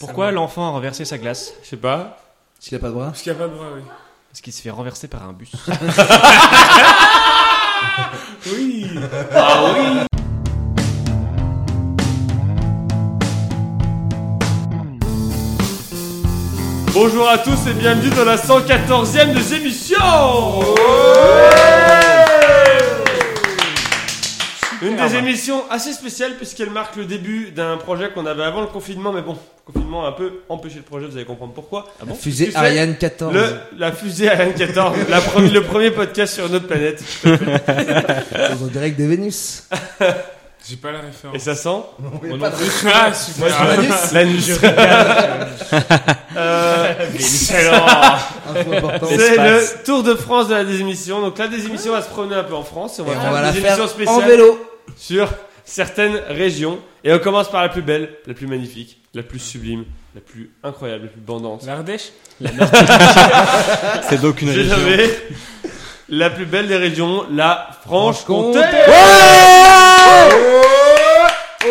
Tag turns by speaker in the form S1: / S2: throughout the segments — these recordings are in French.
S1: Pourquoi l'enfant a renversé sa glace Je sais pas.
S2: S'il a pas de bras
S3: Parce qu'il n'y a pas de bras, oui.
S1: Parce qu'il se fait renverser par un bus.
S3: Oui
S4: Bonjour à tous et bienvenue dans la 114e des émissions Une des émissions assez spéciale puisqu'elle marque le début d'un projet qu'on avait avant le confinement, mais bon, le confinement a un peu empêché le projet, vous allez comprendre pourquoi.
S2: La fusée
S4: Qu'est-ce que c'est
S2: Ariane 14.
S4: Le, la fusée Ariane 14, la pre- le premier podcast sur notre planète.
S2: En direct de Vénus.
S3: J'ai pas la référence.
S4: Et ça sent
S3: Moi non plus. Ah,
S4: Moi,
S3: super.
S4: je-
S2: Vénus.
S4: l'anus. Euh,
S2: Info importante.
S4: C'est le Tour de France de la désémission. Donc la désémission va se promener un peu en France et on va
S2: Et
S4: faire
S2: on va la
S4: des
S2: faire
S4: émissions
S2: en
S4: spéciales
S2: vélo.
S4: sur certaines régions. Et on commence par la plus belle, la plus magnifique, la plus sublime, la plus incroyable, la plus bandante.
S3: L'Ardèche
S5: C'est donc une
S4: J'ai
S5: région.
S4: nommé la plus belle des régions, la Franche-Comté.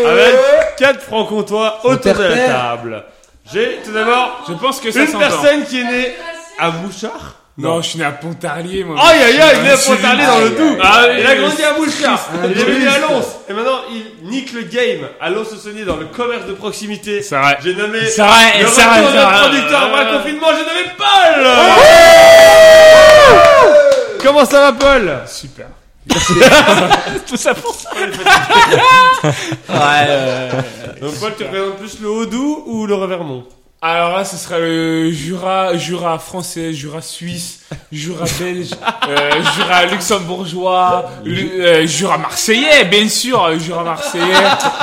S4: Avec quatre francs-comtois autour de la
S2: Interprète.
S4: table. J'ai tout d'abord
S3: Je pense que ça
S4: une
S3: s'entend.
S4: personne qui est née à Mouchard.
S3: Non, je suis né à Pontarlier, moi.
S4: Aïe aïe aïe, il est
S3: Je suis-
S4: pour parler dans le
S3: Aïe,
S4: tout.
S3: aïe,
S4: Ah,
S3: aïe.
S4: il a grandi à Bouchard,
S2: Un
S4: il est venu à
S2: touriste.
S4: Lons, et maintenant il nique le game à lons saunier dans le commerce de proximité.
S3: C'est vrai.
S4: J'ai nommé
S3: C'est vrai,
S4: le
S3: c'est vrai,
S4: retour
S3: c'est
S4: de notre
S3: vrai.
S4: producteur
S3: Euh,
S4: après le confinement, j'ai nommé Paul. Comment ça va Paul
S3: Super.
S4: euh. Donc Paul, tu représentes plus le Haut-Doubs ou le Revermont
S3: Alors là, ce sera le Jura, Jura français, Jura suisse, Jura belge, euh, Jura luxembourgeois, lu- euh, Jura marseillais, bien sûr, euh, Jura marseillais,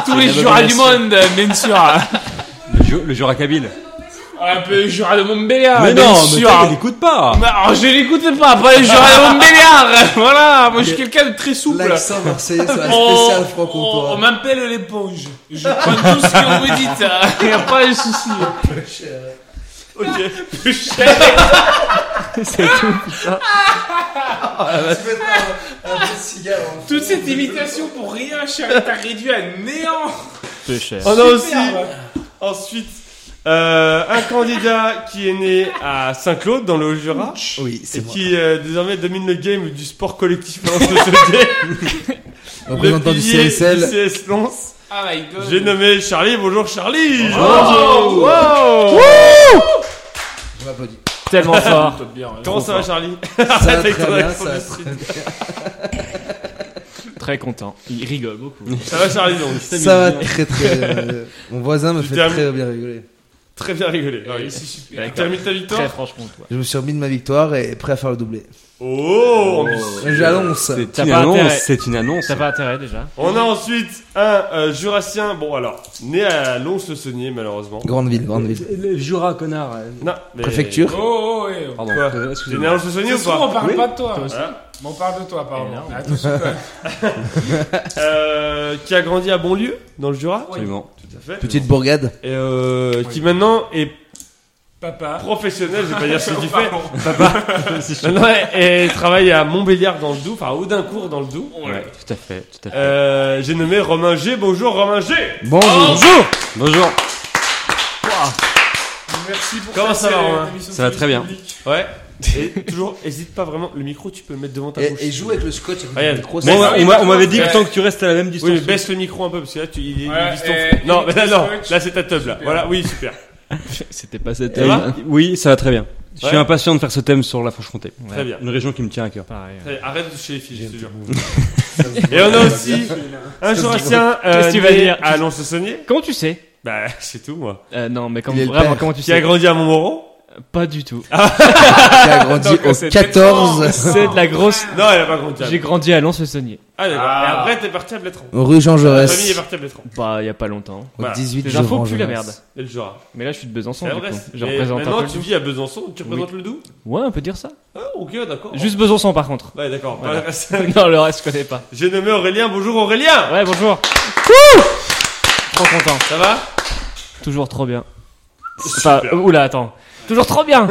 S3: tous les Jura du monde, euh, bien sûr.
S5: Le, Ju- le Jura Kabyle.
S3: Un peu Jura de
S1: Ah,
S3: Montbéliard,
S5: mais
S3: bien
S5: non, mais
S3: sûr.
S5: toi, tu l'écoutes pas.
S3: Bah, alors, je l'écoute pas, pas les Jura de Montbéliard. voilà, moi je suis quelqu'un de très souple.
S2: L'accent marseillais sur la
S4: Oh,
S3: On-
S2: spéciale
S3: on- Oh, on
S2: franc-comtois.
S3: m'appelle l'éponge. Je prends tout ce que vous me dites. Il n'y a pas de souci.
S4: Ok.
S2: Tu peux mettre un un petit cigare hein. en fond.
S3: Toute cette imitation pour rien, Charles, t'as réduit à néant.
S5: Peu cher.
S4: On a aussi ensuite euh, un candidat qui est né à Saint-Claude dans le Haut-Jura.
S2: Oui,
S4: Et
S2: c'est moi.
S4: qui euh, désormais domine le game du sport collectif en société.
S2: Représentant
S4: Le
S2: du
S4: pilier
S2: CSL.
S4: du CS Lens.
S3: Ah my god.
S4: J'ai nommé Charlie. Bonjour Charlie.
S3: Bonjour.
S4: Wow.
S2: Je m'applaudis.
S5: tellement fort.
S4: Comment ça va Charlie
S2: Ça
S4: Arrête
S2: va
S4: avec
S2: très
S4: ton
S2: bien,
S4: accent
S2: ça va
S4: de
S2: très
S4: street.
S1: Très content. Il rigole beaucoup.
S4: Ça va Charlie donc. C'est
S2: Ça va
S4: mignon.
S2: très très bien. Mon voisin me
S4: Tu
S2: fait
S4: termines-
S2: très bien rigoler.
S4: Très bien
S2: Ah
S4: rigolé.
S3: Ouais, c'est super.
S4: Tu termines ta victoire
S1: Très franchement, toi.
S2: Je me suis remis de ma victoire et prêt à faire le doublé.
S4: Oh ambitieux.
S2: J'annonce.
S5: C'est
S1: T'as
S5: une
S1: pas
S5: annonce.
S1: intérêt.
S5: C'est une annonce.
S1: Ça va intérêt déjà.
S4: On a ensuite un euh, jurassien. Bon alors, né à Lons-le-Saunier malheureusement.
S2: Grande ville, grande ville.
S5: Le Jura, connard.
S4: Non, mais-
S2: Préfecture.
S3: Oh, oh, ouais.
S5: Pardon.
S4: Quoi
S5: Euh,
S4: T'es né à
S5: excusez-moi.
S4: Lons-le-Saunier
S3: C'est
S4: ou
S3: sûr, on
S4: pas
S3: parle pas de toi. hein.
S4: Voilà.
S3: Mais on parle de toi, apparemment.
S1: Énorme.
S3: Mais attention, quand même.
S4: Euh, Qui a grandi à Bonlieu dans le Jura
S5: Absolument.
S4: Tout à fait.
S2: Petite bourgade.
S4: et euh, qui maintenant est
S3: Papa.
S4: professionnel, je vais pas dire ce qu'il fait.
S3: Pardon.
S4: Maintenant, elle travaille à Montbéliard dans le Doubs, enfin à Audincourt dans le Doubs.
S5: Ouais, tout à fait. Tout à fait.
S4: Euh, J'ai nommé Romain G. Bonjour Romain G.
S2: Bonjour.
S5: Bonjour.
S3: Merci pour
S4: Comment
S3: cette,
S4: ça va,
S3: euh,
S4: Romain
S3: émission
S5: Ça va très bien.
S3: publique.
S4: Ouais. Et toujours, hésite pas vraiment. Le micro, tu peux le mettre devant ta bouche.
S2: Et, et joue avec le scotch. avec
S4: Regarde.
S2: le micro,
S5: Bon,
S2: ça-
S5: on m'a- on m'a- on m'avait dit
S3: Ouais.
S5: que tant que tu restes à la même
S4: Oui,
S5: distance.
S4: mais baisse le micro un peu parce que là, tu, il est. il
S3: Ouais,
S4: est distant.
S3: et-
S4: non,
S3: et
S4: mais là, non.
S3: Scotch.
S4: Là, c'est ta teub là.
S3: Super.
S4: Voilà, oui, super.
S1: C'était pas cette
S5: Euh, oui, ça va très bien. Je suis
S4: Ouais.
S5: impatient de faire ce thème sur la Franche-Comté.
S4: Très bien.
S5: Une région qui me tient à cœur.
S1: Pareil. hein.
S4: Très bien. Arrête de toucher les fils, je te jure. Et on a aussi un jurassien euh,
S1: Qu'est-ce que tu vas
S4: né
S1: dire
S4: à Lons-le-Saunier.
S1: Comment tu sais
S4: Bah, c'est tout, moi.
S1: Euh, Non, mais comment,
S2: Il est le
S1: vraiment,
S2: père.
S1: comment tu
S4: Qui a
S1: sais
S4: grandi à Montmoron.
S1: Pas du tout.
S2: qui a grandi
S3: Attends que
S2: au
S3: c'est
S2: 14
S3: tellement-
S1: C'est de la grosse.
S4: Non, elle a pas grandi à
S1: J'ai grandi à Lons-le-Saunier.
S4: Ah, d'accord.
S3: Ah.
S4: Et après, t'es parti à Blétran.
S2: rue Jean
S4: Ta
S2: Jaurès.
S4: famille est partie à Blétran.
S1: Bah, il y a pas longtemps.
S2: Au
S4: Voilà.
S2: 18
S1: Les
S2: Jean
S1: infos puent la
S2: Jaurès.
S1: merde.
S4: Et le Jura.
S1: Mais là, je suis de Besançon.
S4: C'est
S1: du
S4: vrai.
S1: coup. Je
S4: Et
S1: représente un
S4: maintenant,
S1: peu.
S4: tu
S1: le-
S4: vis à Besançon, tu représentes le Doubs
S1: Ouais, on peut dire ça.
S4: Ah, ok, d'accord.
S1: Juste Besançon, par contre.
S4: Ouais, d'accord.
S1: Voilà.
S4: Pas le reste.
S1: non, le reste, je connais pas.
S4: J'ai nommé Aurélien. Bonjour Aurélien.
S1: Ouais, bonjour. Trop content.
S4: Ça va
S1: euh, Toujours trop bien. Enfin, oula, attends. Toujours trop bien.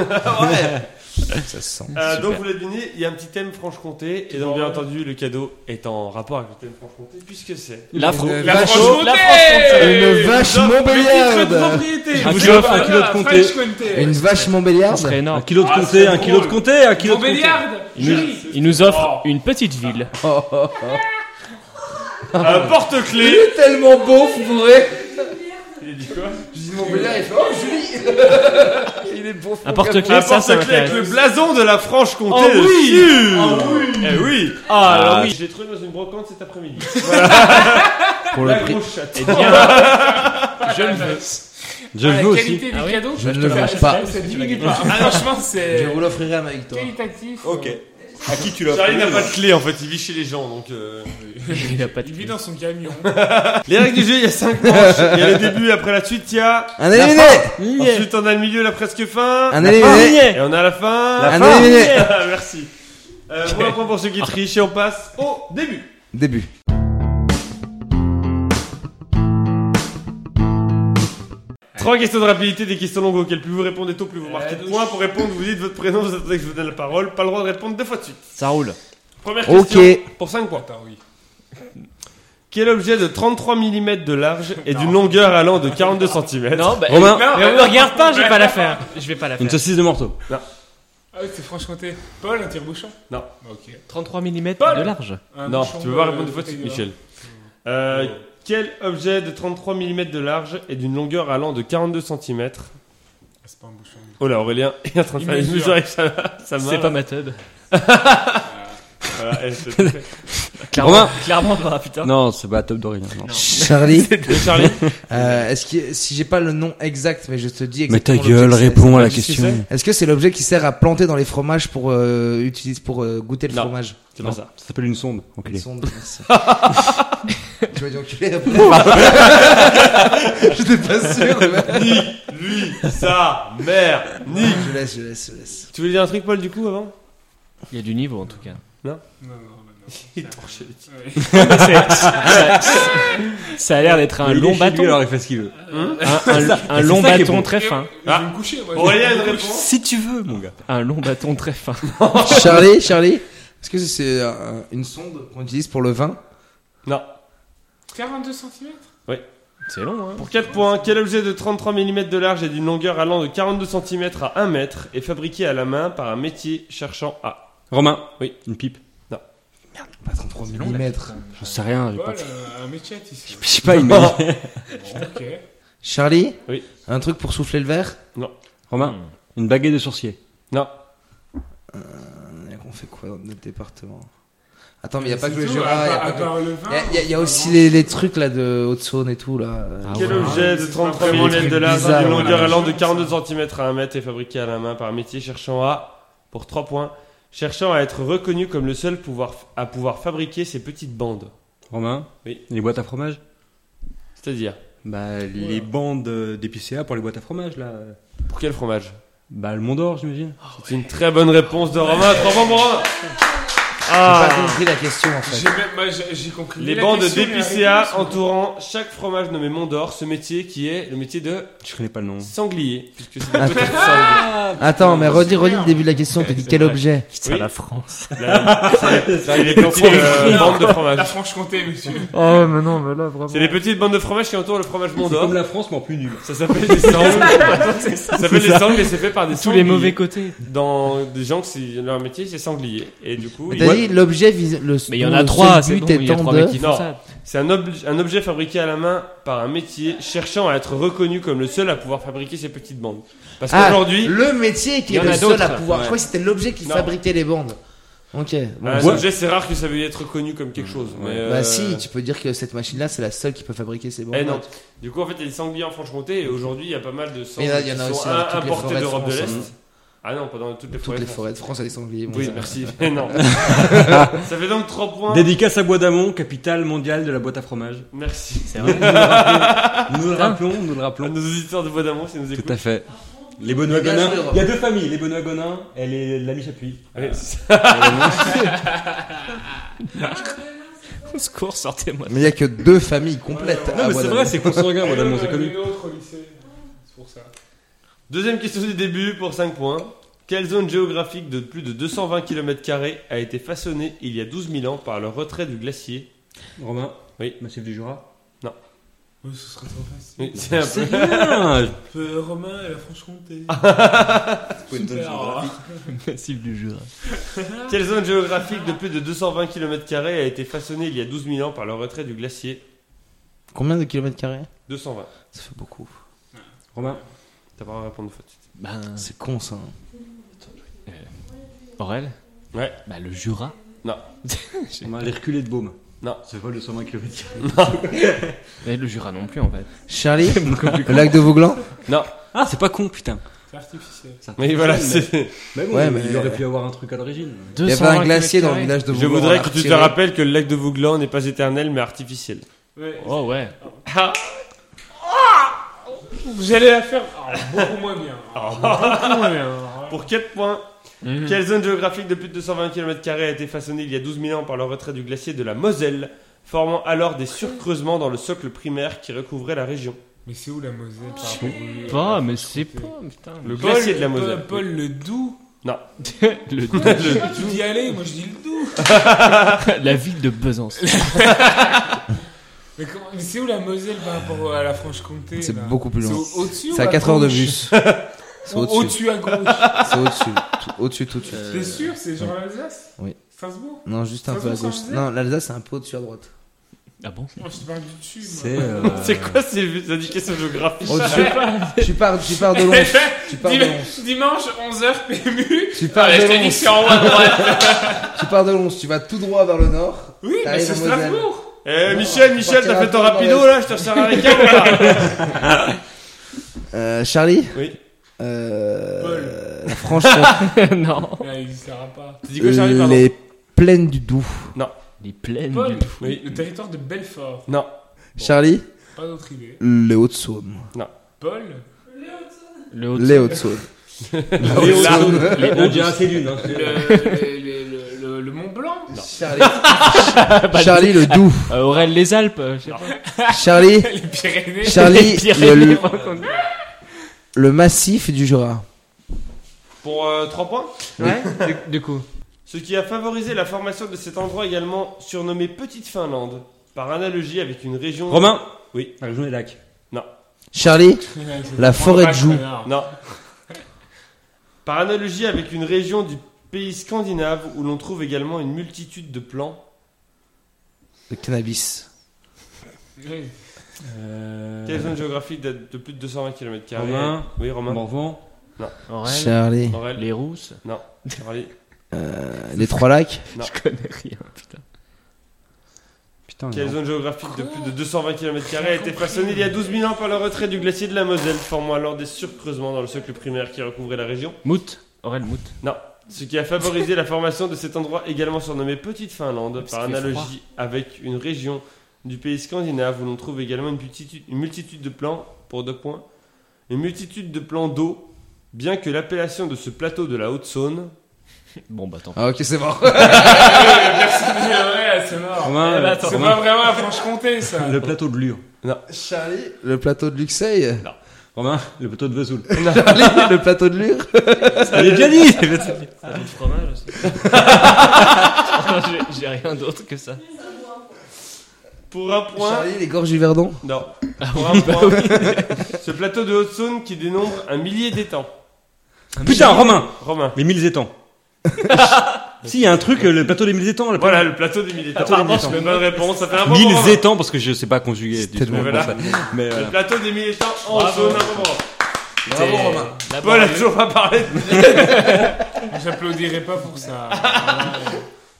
S2: Ça se sent.
S4: Euh,
S1: Super.
S4: donc vous l'avez deviné, il y a un petit thème Franche-Comté et donc bien entendu le cadeau est en rapport avec le thème Franche-Comté puisque c'est
S1: La Fro-
S2: Une
S3: La
S1: vache-
S3: Franche-Comté
S1: la Franche-Comté.
S2: Une vache
S3: Le titre de
S2: montbéliarde
S3: propriété.
S5: Un
S3: Vous
S5: kilo-
S3: savez
S5: un
S3: pas,
S5: kilo de
S3: la
S5: comté.
S3: French Comté.
S2: Une vache
S1: Ça serait
S2: montbéliarde
S5: Un
S1: énorme.
S5: kilo de
S3: Ah,
S5: comté,
S3: c'est
S5: un kilo de
S3: drôle.
S5: comté, un kilo de comté.
S3: Montbéliarde. Jury.
S1: Il nous offre
S3: Oh.
S1: une petite ville.
S2: Oh, oh, oh.
S4: un porte-clé.
S2: Il est tellement beau, fourré
S4: Il a dit quoi
S2: Je dis Montbéliard, il fait Oh, joli Il est beau,
S1: Ah. Un porte-clés,
S4: Un
S1: ça, ça
S4: porte-clé avec
S1: m'intéresse.
S4: le blason de la Franche-Comté.
S1: Oh oui
S4: dessus.
S5: Ah,
S4: Eh Ah oui
S1: Ah, alors oui.
S4: Je l'ai trouvé dans une brocante cet après-midi.
S2: Pour
S4: La
S2: le prix.
S4: grosse chatte.
S1: Eh bien,
S3: Je le veux.
S5: Je le
S3: Ah,
S5: veux
S3: la
S5: aussi.
S3: qualité
S1: Ah
S3: des
S1: oui
S3: cadeaux.
S2: Je ne
S3: te
S2: le
S3: fais
S2: mange pas.
S3: ça diminue pas. Ah non, je pense que
S2: Je
S3: c'est
S2: vous l'offrirai avec toi.
S3: qualitatif.
S6: Ok. À qui tu l'as euh
S4: Charlie n'a pas de clé en fait, il vit chez les gens donc. euh,
S1: il a pas de
S3: Il vit dans son camion.
S4: Les règles du jeu, il y a 5 manches. Il y a le début, après la suite, il y a.
S2: Un éliminé
S4: Ensuite, on a le milieu, la presque fin.
S2: Un
S5: Ah,
S2: éliminé
S4: Et on a la fin. Ah,
S2: Un éliminé
S4: Merci. Euh, Bon, un point pour ceux qui trichent et on passe au début.
S2: Début.
S4: Trois questions de rapidité, des questions longues auxquelles plus vous répondez tôt, plus vous marquez de
S3: donc-
S4: points. Pour répondre, vous dites votre prénom, vous attendez que je vous donne la parole. Pas le droit de répondre deux fois de suite.
S1: Ça roule.
S4: Première
S2: Ok.
S4: question pour 5 points.
S3: Attends, oui.
S4: Quel objet de 33 mm de large et d'une longueur allant de 42 cm
S1: Non, bah,
S5: Romain.
S1: mais
S3: Non,
S1: me regarde pas, je vais pas la faire. Je vais pas la
S5: Une
S1: faire.
S5: saucisse de morceau.
S3: Ah oui, c'est Franche-Comté. Paul, un tire-bouchon
S4: Non.
S3: Bah, Ok.
S1: 33 mm
S3: Paul.
S1: de large.
S3: Un
S4: Non,
S3: bouchon
S4: tu peux pas
S3: de-
S4: répondre deux fois de suite,
S3: de-
S4: Michel. Euh, quel objet de 33 mm de large et d'une longueur allant de 42 cm
S3: Ah, C'est pas un bouchon.
S4: Oh là, Aurélien est en train de
S3: Il
S4: faire les
S3: mesure.
S4: mesures avec sa, sa main.
S1: C'est pas ma teub.
S4: Voilà, elle se- Et
S5: Romain
S1: Clairement pas, putain.
S5: Non, c'est pas la top d'origine. non.
S2: Charlie,
S4: Charlie,
S2: euh, est-ce que si j'ai pas le nom exact, mais je te dis exactement.
S5: Mais ta
S2: l'objet
S5: gueule,
S2: que c'est,
S5: réponds à la
S4: c'est- c'est-
S5: question.
S2: Est-ce que c'est l'objet qui sert à planter dans les fromages pour euh, utilise pour euh, goûter le
S4: Non.
S2: fromage
S4: c'est
S5: Non,
S4: pas
S5: Ça
S4: ça.
S5: s'appelle une sonde,
S2: Ils
S5: enculé.
S2: sont de- merci. Tu m'as dit enculé après. J'étais pas sûr. mais-
S4: Nique, lui, sa mère, nique.
S2: Je laisse, je laisse, je laisse.
S4: Tu voulais dire un truc, Paul, du coup, avant
S1: Il y a du niveau en tout cas.
S3: Non, non, non. non.
S4: Il torchait les types.
S3: Ouais.
S1: Ça a l'air d'être un
S5: Il est
S1: long
S5: chez lui,
S1: bâton.
S5: alors il fait ce qu'il veut.
S1: Un, un- un long
S5: ça qui est
S1: bâton
S5: bon.
S1: très fin.
S3: Je vais me coucher, moi.
S4: Aurélien,
S3: Je vais
S4: une
S3: me coucher.
S4: réponse
S5: Si tu veux, mon gars.
S1: Un long bâton très fin.
S2: Charlie, Charlie, est-ce que c'est euh, une sonde qu'on utilise pour le vin
S3: 42 cm
S1: C'est long, hein.
S4: Pour 4 points, quel objet de 33 mm de large et d'une longueur allant de 42 cm à 1 mètre est fabriqué à la main par un métier cherchant à.
S5: Romain
S4: Oui.
S5: Une pipe
S2: Pas 33 mm.
S5: J'en sais rien, j'ai pas.
S3: Paul, euh, un métier ici.
S5: Je sais pas, il m'a dit.
S3: Ok.
S2: Charlie
S4: Oui.
S2: Un truc pour souffler le verre
S5: Romain Une baguette de sourcier.
S4: Non,
S2: Eh, On fait quoi dans notre département Attends, mais il n'y a pas
S3: C'est
S2: que le
S3: tout, hein. Bah,
S2: Jura.
S3: à
S2: y a
S3: part-
S2: pas
S3: à
S2: que-
S3: part le vin.
S2: Il y a- il y, a- il y a aussi les, les trucs là de Haute-Saône et tout là.
S1: Ah
S4: Quel
S1: ouais.
S4: objet de
S3: C'est
S4: 33
S3: pas
S4: mm
S3: vraiment
S2: des
S4: de
S2: trucs
S4: large et
S2: bizarres,
S4: d'une longueur
S3: voilà.
S4: allant de 42 cm à 1 mètre est fabriqué à la main par un métier cherchant à, pour 3 points, cherchant à être reconnu comme le seul pouvoir, à pouvoir fabriquer ces petites bandes.
S5: Romain
S4: Oui.
S5: Les boîtes à fromage
S4: C'est-à-dire,
S5: Bah, les bandes euh, d'épicéa pour les boîtes à fromage, là.
S4: pour quel fromage
S5: Bah, le Mont d'Or, j'imagine.
S4: C'est une très bonne réponse de Romain, 3 points pour Romain
S2: J'ai
S4: Ah
S2: pas compris la question en fait.
S3: J'ai même- moi, j'ai- j'ai compris.
S4: Les
S3: la
S4: bandes
S3: question, mais la
S4: d'épicéa
S3: réponse,
S4: entourant chaque fromage nommé Mont d'Or, ce métier qui est le métier de
S5: Je connais pas le nom.
S4: sanglier, puisque c'est
S2: Ah,
S4: des petites sangliers.
S2: Attends, mais
S3: c'est
S2: redis, redis
S3: clair.
S2: le début de la question. T'as dit
S4: c'est
S2: quel
S4: vrai.
S2: objet
S1: Putain,
S4: Oui.
S1: la France.
S4: C'est les petites euh, bandes de
S3: c'est La
S4: fromage.
S3: Franche-Comté, monsieur.
S2: Oh, mais non, mais là vraiment.
S4: C'est les petites bandes de fromage qui entourent le fromage Mont
S5: C'est
S4: d'Or.
S5: comme la France, mais en plus nul.
S4: Ça s'appelle des sangliers. ça s'appelle des sangliers et c'est fait par des
S1: Tous les
S4: sangliers.
S1: mauvais côtés.
S4: Dans des gens que c'est- leur métier c'est sanglier. Et du coup,
S2: T'as
S4: ils-
S2: dit l'objet vise le.
S1: Mais il y en
S2: dont
S1: a
S2: le
S1: trois,
S2: seul
S1: c'est
S2: but
S1: bon, il y a
S2: étant
S1: trois
S2: de-
S1: mecs qui font
S4: Non.
S1: ça.
S4: c'est un, obje- un objet fabriqué à la main par un métier cherchant à être reconnu comme le seul à pouvoir fabriquer ces petites bandes. Parce
S2: Ah,
S4: qu'aujourd'hui,
S2: le métier
S1: Il
S2: qui
S1: y
S2: est
S1: en
S2: le
S1: a
S2: seul
S1: d'autres.
S2: à pouvoir. Je
S4: Ouais.
S2: crois que c'était l'objet qui
S4: Non.
S2: fabriquait les bandes. Ok. bon.
S4: un
S5: Ouais.
S4: objet ah, c'est rare que ça veuille être reconnu comme quelque chose. mais, euh,
S2: Bah si, tu peux dire que cette machine-là, c'est la seule qui peut fabriquer ces bandes.
S4: Eh non. Du coup, en fait, il y a des sangliers en Franche-Comté et aujourd'hui, il y a pas mal de
S2: Mais
S4: sangliers
S2: là, il y en a
S4: qui
S2: aussi
S4: sont
S2: dans
S4: un-
S2: toutes les
S4: importés
S2: forêts de
S4: d'Europe de
S2: France,
S4: l'Est.
S2: hein.
S4: Ah non, pas dans toutes les
S2: Toutes
S4: forêts.
S2: les
S4: de
S2: forêts de France, elles sont liées.
S4: France. Oui, merci. Mais non. ça fait donc 3 points.
S5: Dédicace à Bois d'Amont, capitale mondiale de la boîte à fromage.
S4: Merci.
S1: C'est
S5: Nous
S1: vrai.
S5: le rappelons, nous le rappelons, nous le
S4: À
S5: rappelons.
S4: nos auditeurs de Bois d'Amont, s'ils nous
S5: Tout
S4: écoutent.
S5: à fait. Les Benoît
S2: Bien
S5: Gonin.
S2: sûr.
S5: Il y a deux familles, les Benoît Gonin et les l'ami Chapuis.
S4: Ouais, c'est-
S1: Au secours, sortez-moi.
S2: Mais il y a que deux familles complètes.
S5: Non,
S2: à
S5: Ah, mais c'est vrai,
S2: Guadeloupe.
S5: c'est consanguin, Bois d'Amont,
S3: Euh,
S5: c'est connu.
S3: une autre au lycée. C'est pour ça.
S4: Deuxième question du début pour 5 points. Quelle zone géographique de plus de 220 km a été façonnée il y a 12 000 ans par le retrait du glacier
S5: Romain
S4: Oui.
S5: Massif du Jura
S3: Ouais, ce serait trop facile.
S4: Oui, c'est un peu.
S5: bien
S3: Euh, Romain et la Franche-Comté.
S2: Ah.
S3: Super.
S1: Massif du Jura.
S4: Quelle zone géographique de plus de 220 km a été façonnée il y a 12 000 ans par le retrait du glacier
S2: Combien de kilomètres carrés
S4: 220.
S2: Ça fait beaucoup.
S5: Romain
S4: T'as pas à répondre en fait.
S1: Ben.
S2: Ah, C'est con ça.
S1: Aurel
S4: Ouais.
S1: Bah, le Jura.
S5: Romain, les reculés de Baume
S4: Non.
S5: C'est pas 220 km
S1: Mais le Jura non plus, en fait.
S2: Charlie Le lac de Vauglan
S4: Non,
S5: Ah, c'est pas con, putain
S3: C'est artificiel.
S4: mais voilà, c'est.
S5: Mais bon,
S2: Ouais,
S5: il
S2: mais-
S5: aurait pu avoir un truc à l'origine.
S2: Il y avait un glacier dans le village de
S4: Je
S2: Vauglan. on
S4: voudrais
S2: l'a
S4: que tu te
S2: retiré.
S4: rappelles que le lac de Vouglan n'est pas éternel mais artificiel. Ah
S3: Ouais.
S1: Oh ouais.
S3: J'allais Oh. la faire ah, beaucoup moins bien. Ah, beaucoup moins bien.
S4: Pour 4 points,
S1: Mmh.
S4: quelle zone géographique de plus de 220 km a été façonnée il y a 12 000 ans par le retrait du glacier de la Moselle, formant alors des surcreusements dans le socle primaire qui recouvrait la région
S3: Mais c'est où la Moselle par rapport au-
S1: Pas, mais c'est pas, putain.
S4: Le
S3: Paul-
S4: glacier de la Moselle.
S3: Paul, Paul le Doubs.
S1: Le-
S3: Je sais pas, tu dis aller, moi je dis le Doubs.
S1: la ville de Besançon.
S3: Mais, comment- mais c'est où la Moselle par rapport à la Franche-Comté
S2: C'est
S3: là
S2: beaucoup plus loin.
S3: C'est au- au-dessus ou
S2: C'est à 4 heures de
S3: gauche
S2: bus. C'est
S3: Ou
S2: au-dessus.
S3: Au-dessus à gauche.
S2: C'est au-dessus. Tout- Au-dessus, tout de suite.
S3: T'es sûr C'est genre l'Alsace
S2: Oui.
S3: Strasbourg
S2: Non, juste un
S3: Ça
S2: peu à
S3: vous
S2: gauche.
S3: semblait
S2: Non, l'Alsace, c'est un peu au-dessus à droite.
S1: Ah bon
S3: Moi je te parle du dessus. moi.
S5: C'est. euh,
S4: C'est quoi ces indications géographiques
S2: Au-dessus. tu pars, tu pars de Lons. Tu pars de
S3: Dim-
S2: Lons.
S3: Dimanche 11h PMU.
S2: Tu pars
S3: Ah, je
S2: de
S3: t'ai dit que
S2: Lons.
S3: c'est en haut à droite.
S2: Tu pars de Lons. Tu vas tout droit vers le nord.
S3: Oui, mais
S2: T'arrives
S3: c'est
S2: en Moselle.
S3: Strasbourg.
S4: Eh Michel, Michel, t'as fait ton rapido là, je te resserre avec
S2: Euh, Charlie.
S4: Oui.
S2: Euh, la Franche-Comté.
S1: Non.
S3: Là, il sera pas.
S4: Tu dis quoi Charlie, pardon
S2: Les plaines du Doubs.
S1: Les plaines
S3: Paul,
S1: du...
S4: Oui.
S3: le territoire de Belfort.
S4: Non,
S2: Charlie.
S3: Pas d'autre idée.
S2: Les Hauts-de-Saône.
S3: Paul
S1: Le haut
S2: Les Hauts-de-Saône.
S4: Les Hauts-de-Saône.
S5: Les Hauts, j'ai assez lu, non
S3: le, le- le- le- le Mont Blanc
S2: Charlie. Charlie le Doubs.
S1: Euh, Aurel, les Alpes. euh, je sais pas.
S2: Charlie.
S3: Les Pyrénées
S2: Charlie.
S1: Les Pyrénées,
S2: le-
S1: moi, quand-
S2: le massif du Jura.
S4: pour 3 points
S1: Ouais, du- du coup.
S4: Ce qui a favorisé la formation de cet endroit également surnommé Petite Finlande, par analogie avec une région.
S5: Romain
S4: Oui.
S5: La région des lacs.
S2: Charlie, La forêt de Joux.
S4: Non. Par analogie avec une région du pays scandinave où l'on trouve également une multitude de plants.
S2: le cannabis.
S3: Oui.
S4: Quelle zone géographique date de plus de 220 km
S5: Euh. Romain.
S4: Oui, Romain.
S5: Euh, Morvan.
S1: Aurel,
S2: Charlie,
S4: Aurel.
S1: les Rousses.
S4: Charlie.
S2: les trois lacs.
S1: Je connais rien, putain.
S5: Putain,
S4: Quelle zone géographique de plus de 220 km a été façonnée il y a 12 000 ans par le retrait du glacier de la Moselle, formant alors des surcreusements dans le socle primaire qui recouvrait la région
S1: Mout. Aurel, Mout.
S4: Ce qui a favorisé la formation de cet endroit également surnommé Petite Finlande, par
S1: qu'il fait
S4: analogie avec une région du pays scandinave où l'on trouve également une multitude, une multitude de plans, pour deux points, une multitude de plans d'eau, bien que l'appellation de ce plateau de la Haute-Saône,
S1: Bon, bah tant pis.
S2: Ah ok, c'est bon.
S3: Personne n'est vrai, c'est mort.
S5: Romain, euh,
S3: Eh ben, c'est
S5: Romain.
S3: pas vraiment la Franche-Comté, ça.
S5: Le plateau de Lure.
S2: Charlie, le plateau de Luxeuil.
S5: Romain, le plateau de Vesoul.
S2: Charlie, le plateau de Lure.
S5: Ça l'est déjà dit
S1: Ah, J'ai- J'ai rien d'autre que ça.
S4: pour un point,
S2: Charlie, les gorges du Verdon.
S4: Non.
S1: Ah
S4: Pour un
S1: bah
S4: point. Ce plateau de Haute-Saône qui dénombre un millier d'étangs.
S5: Putain, Romain
S4: Romain.
S5: Les mille étangs. si, il y a un truc, euh, le plateau des mille étangs. le
S4: Voilà le plateau des mille étangs.
S5: Plateau des mille étangs.
S4: c'est une bonne réponse. Ça fait un
S5: plateau-
S4: bon
S5: Mille
S4: moment.
S5: étangs, parce que je sais pas conjuguer du tout.
S2: tellement
S5: en
S4: voilà.
S5: français. Mais euh,
S4: Le
S5: voilà.
S4: plateau des mille étangs en Haute-Saône. un moment.
S2: Bravo Romain.
S4: Paul a toujours pas parlé. de-
S3: J'applaudirais pas pour ça.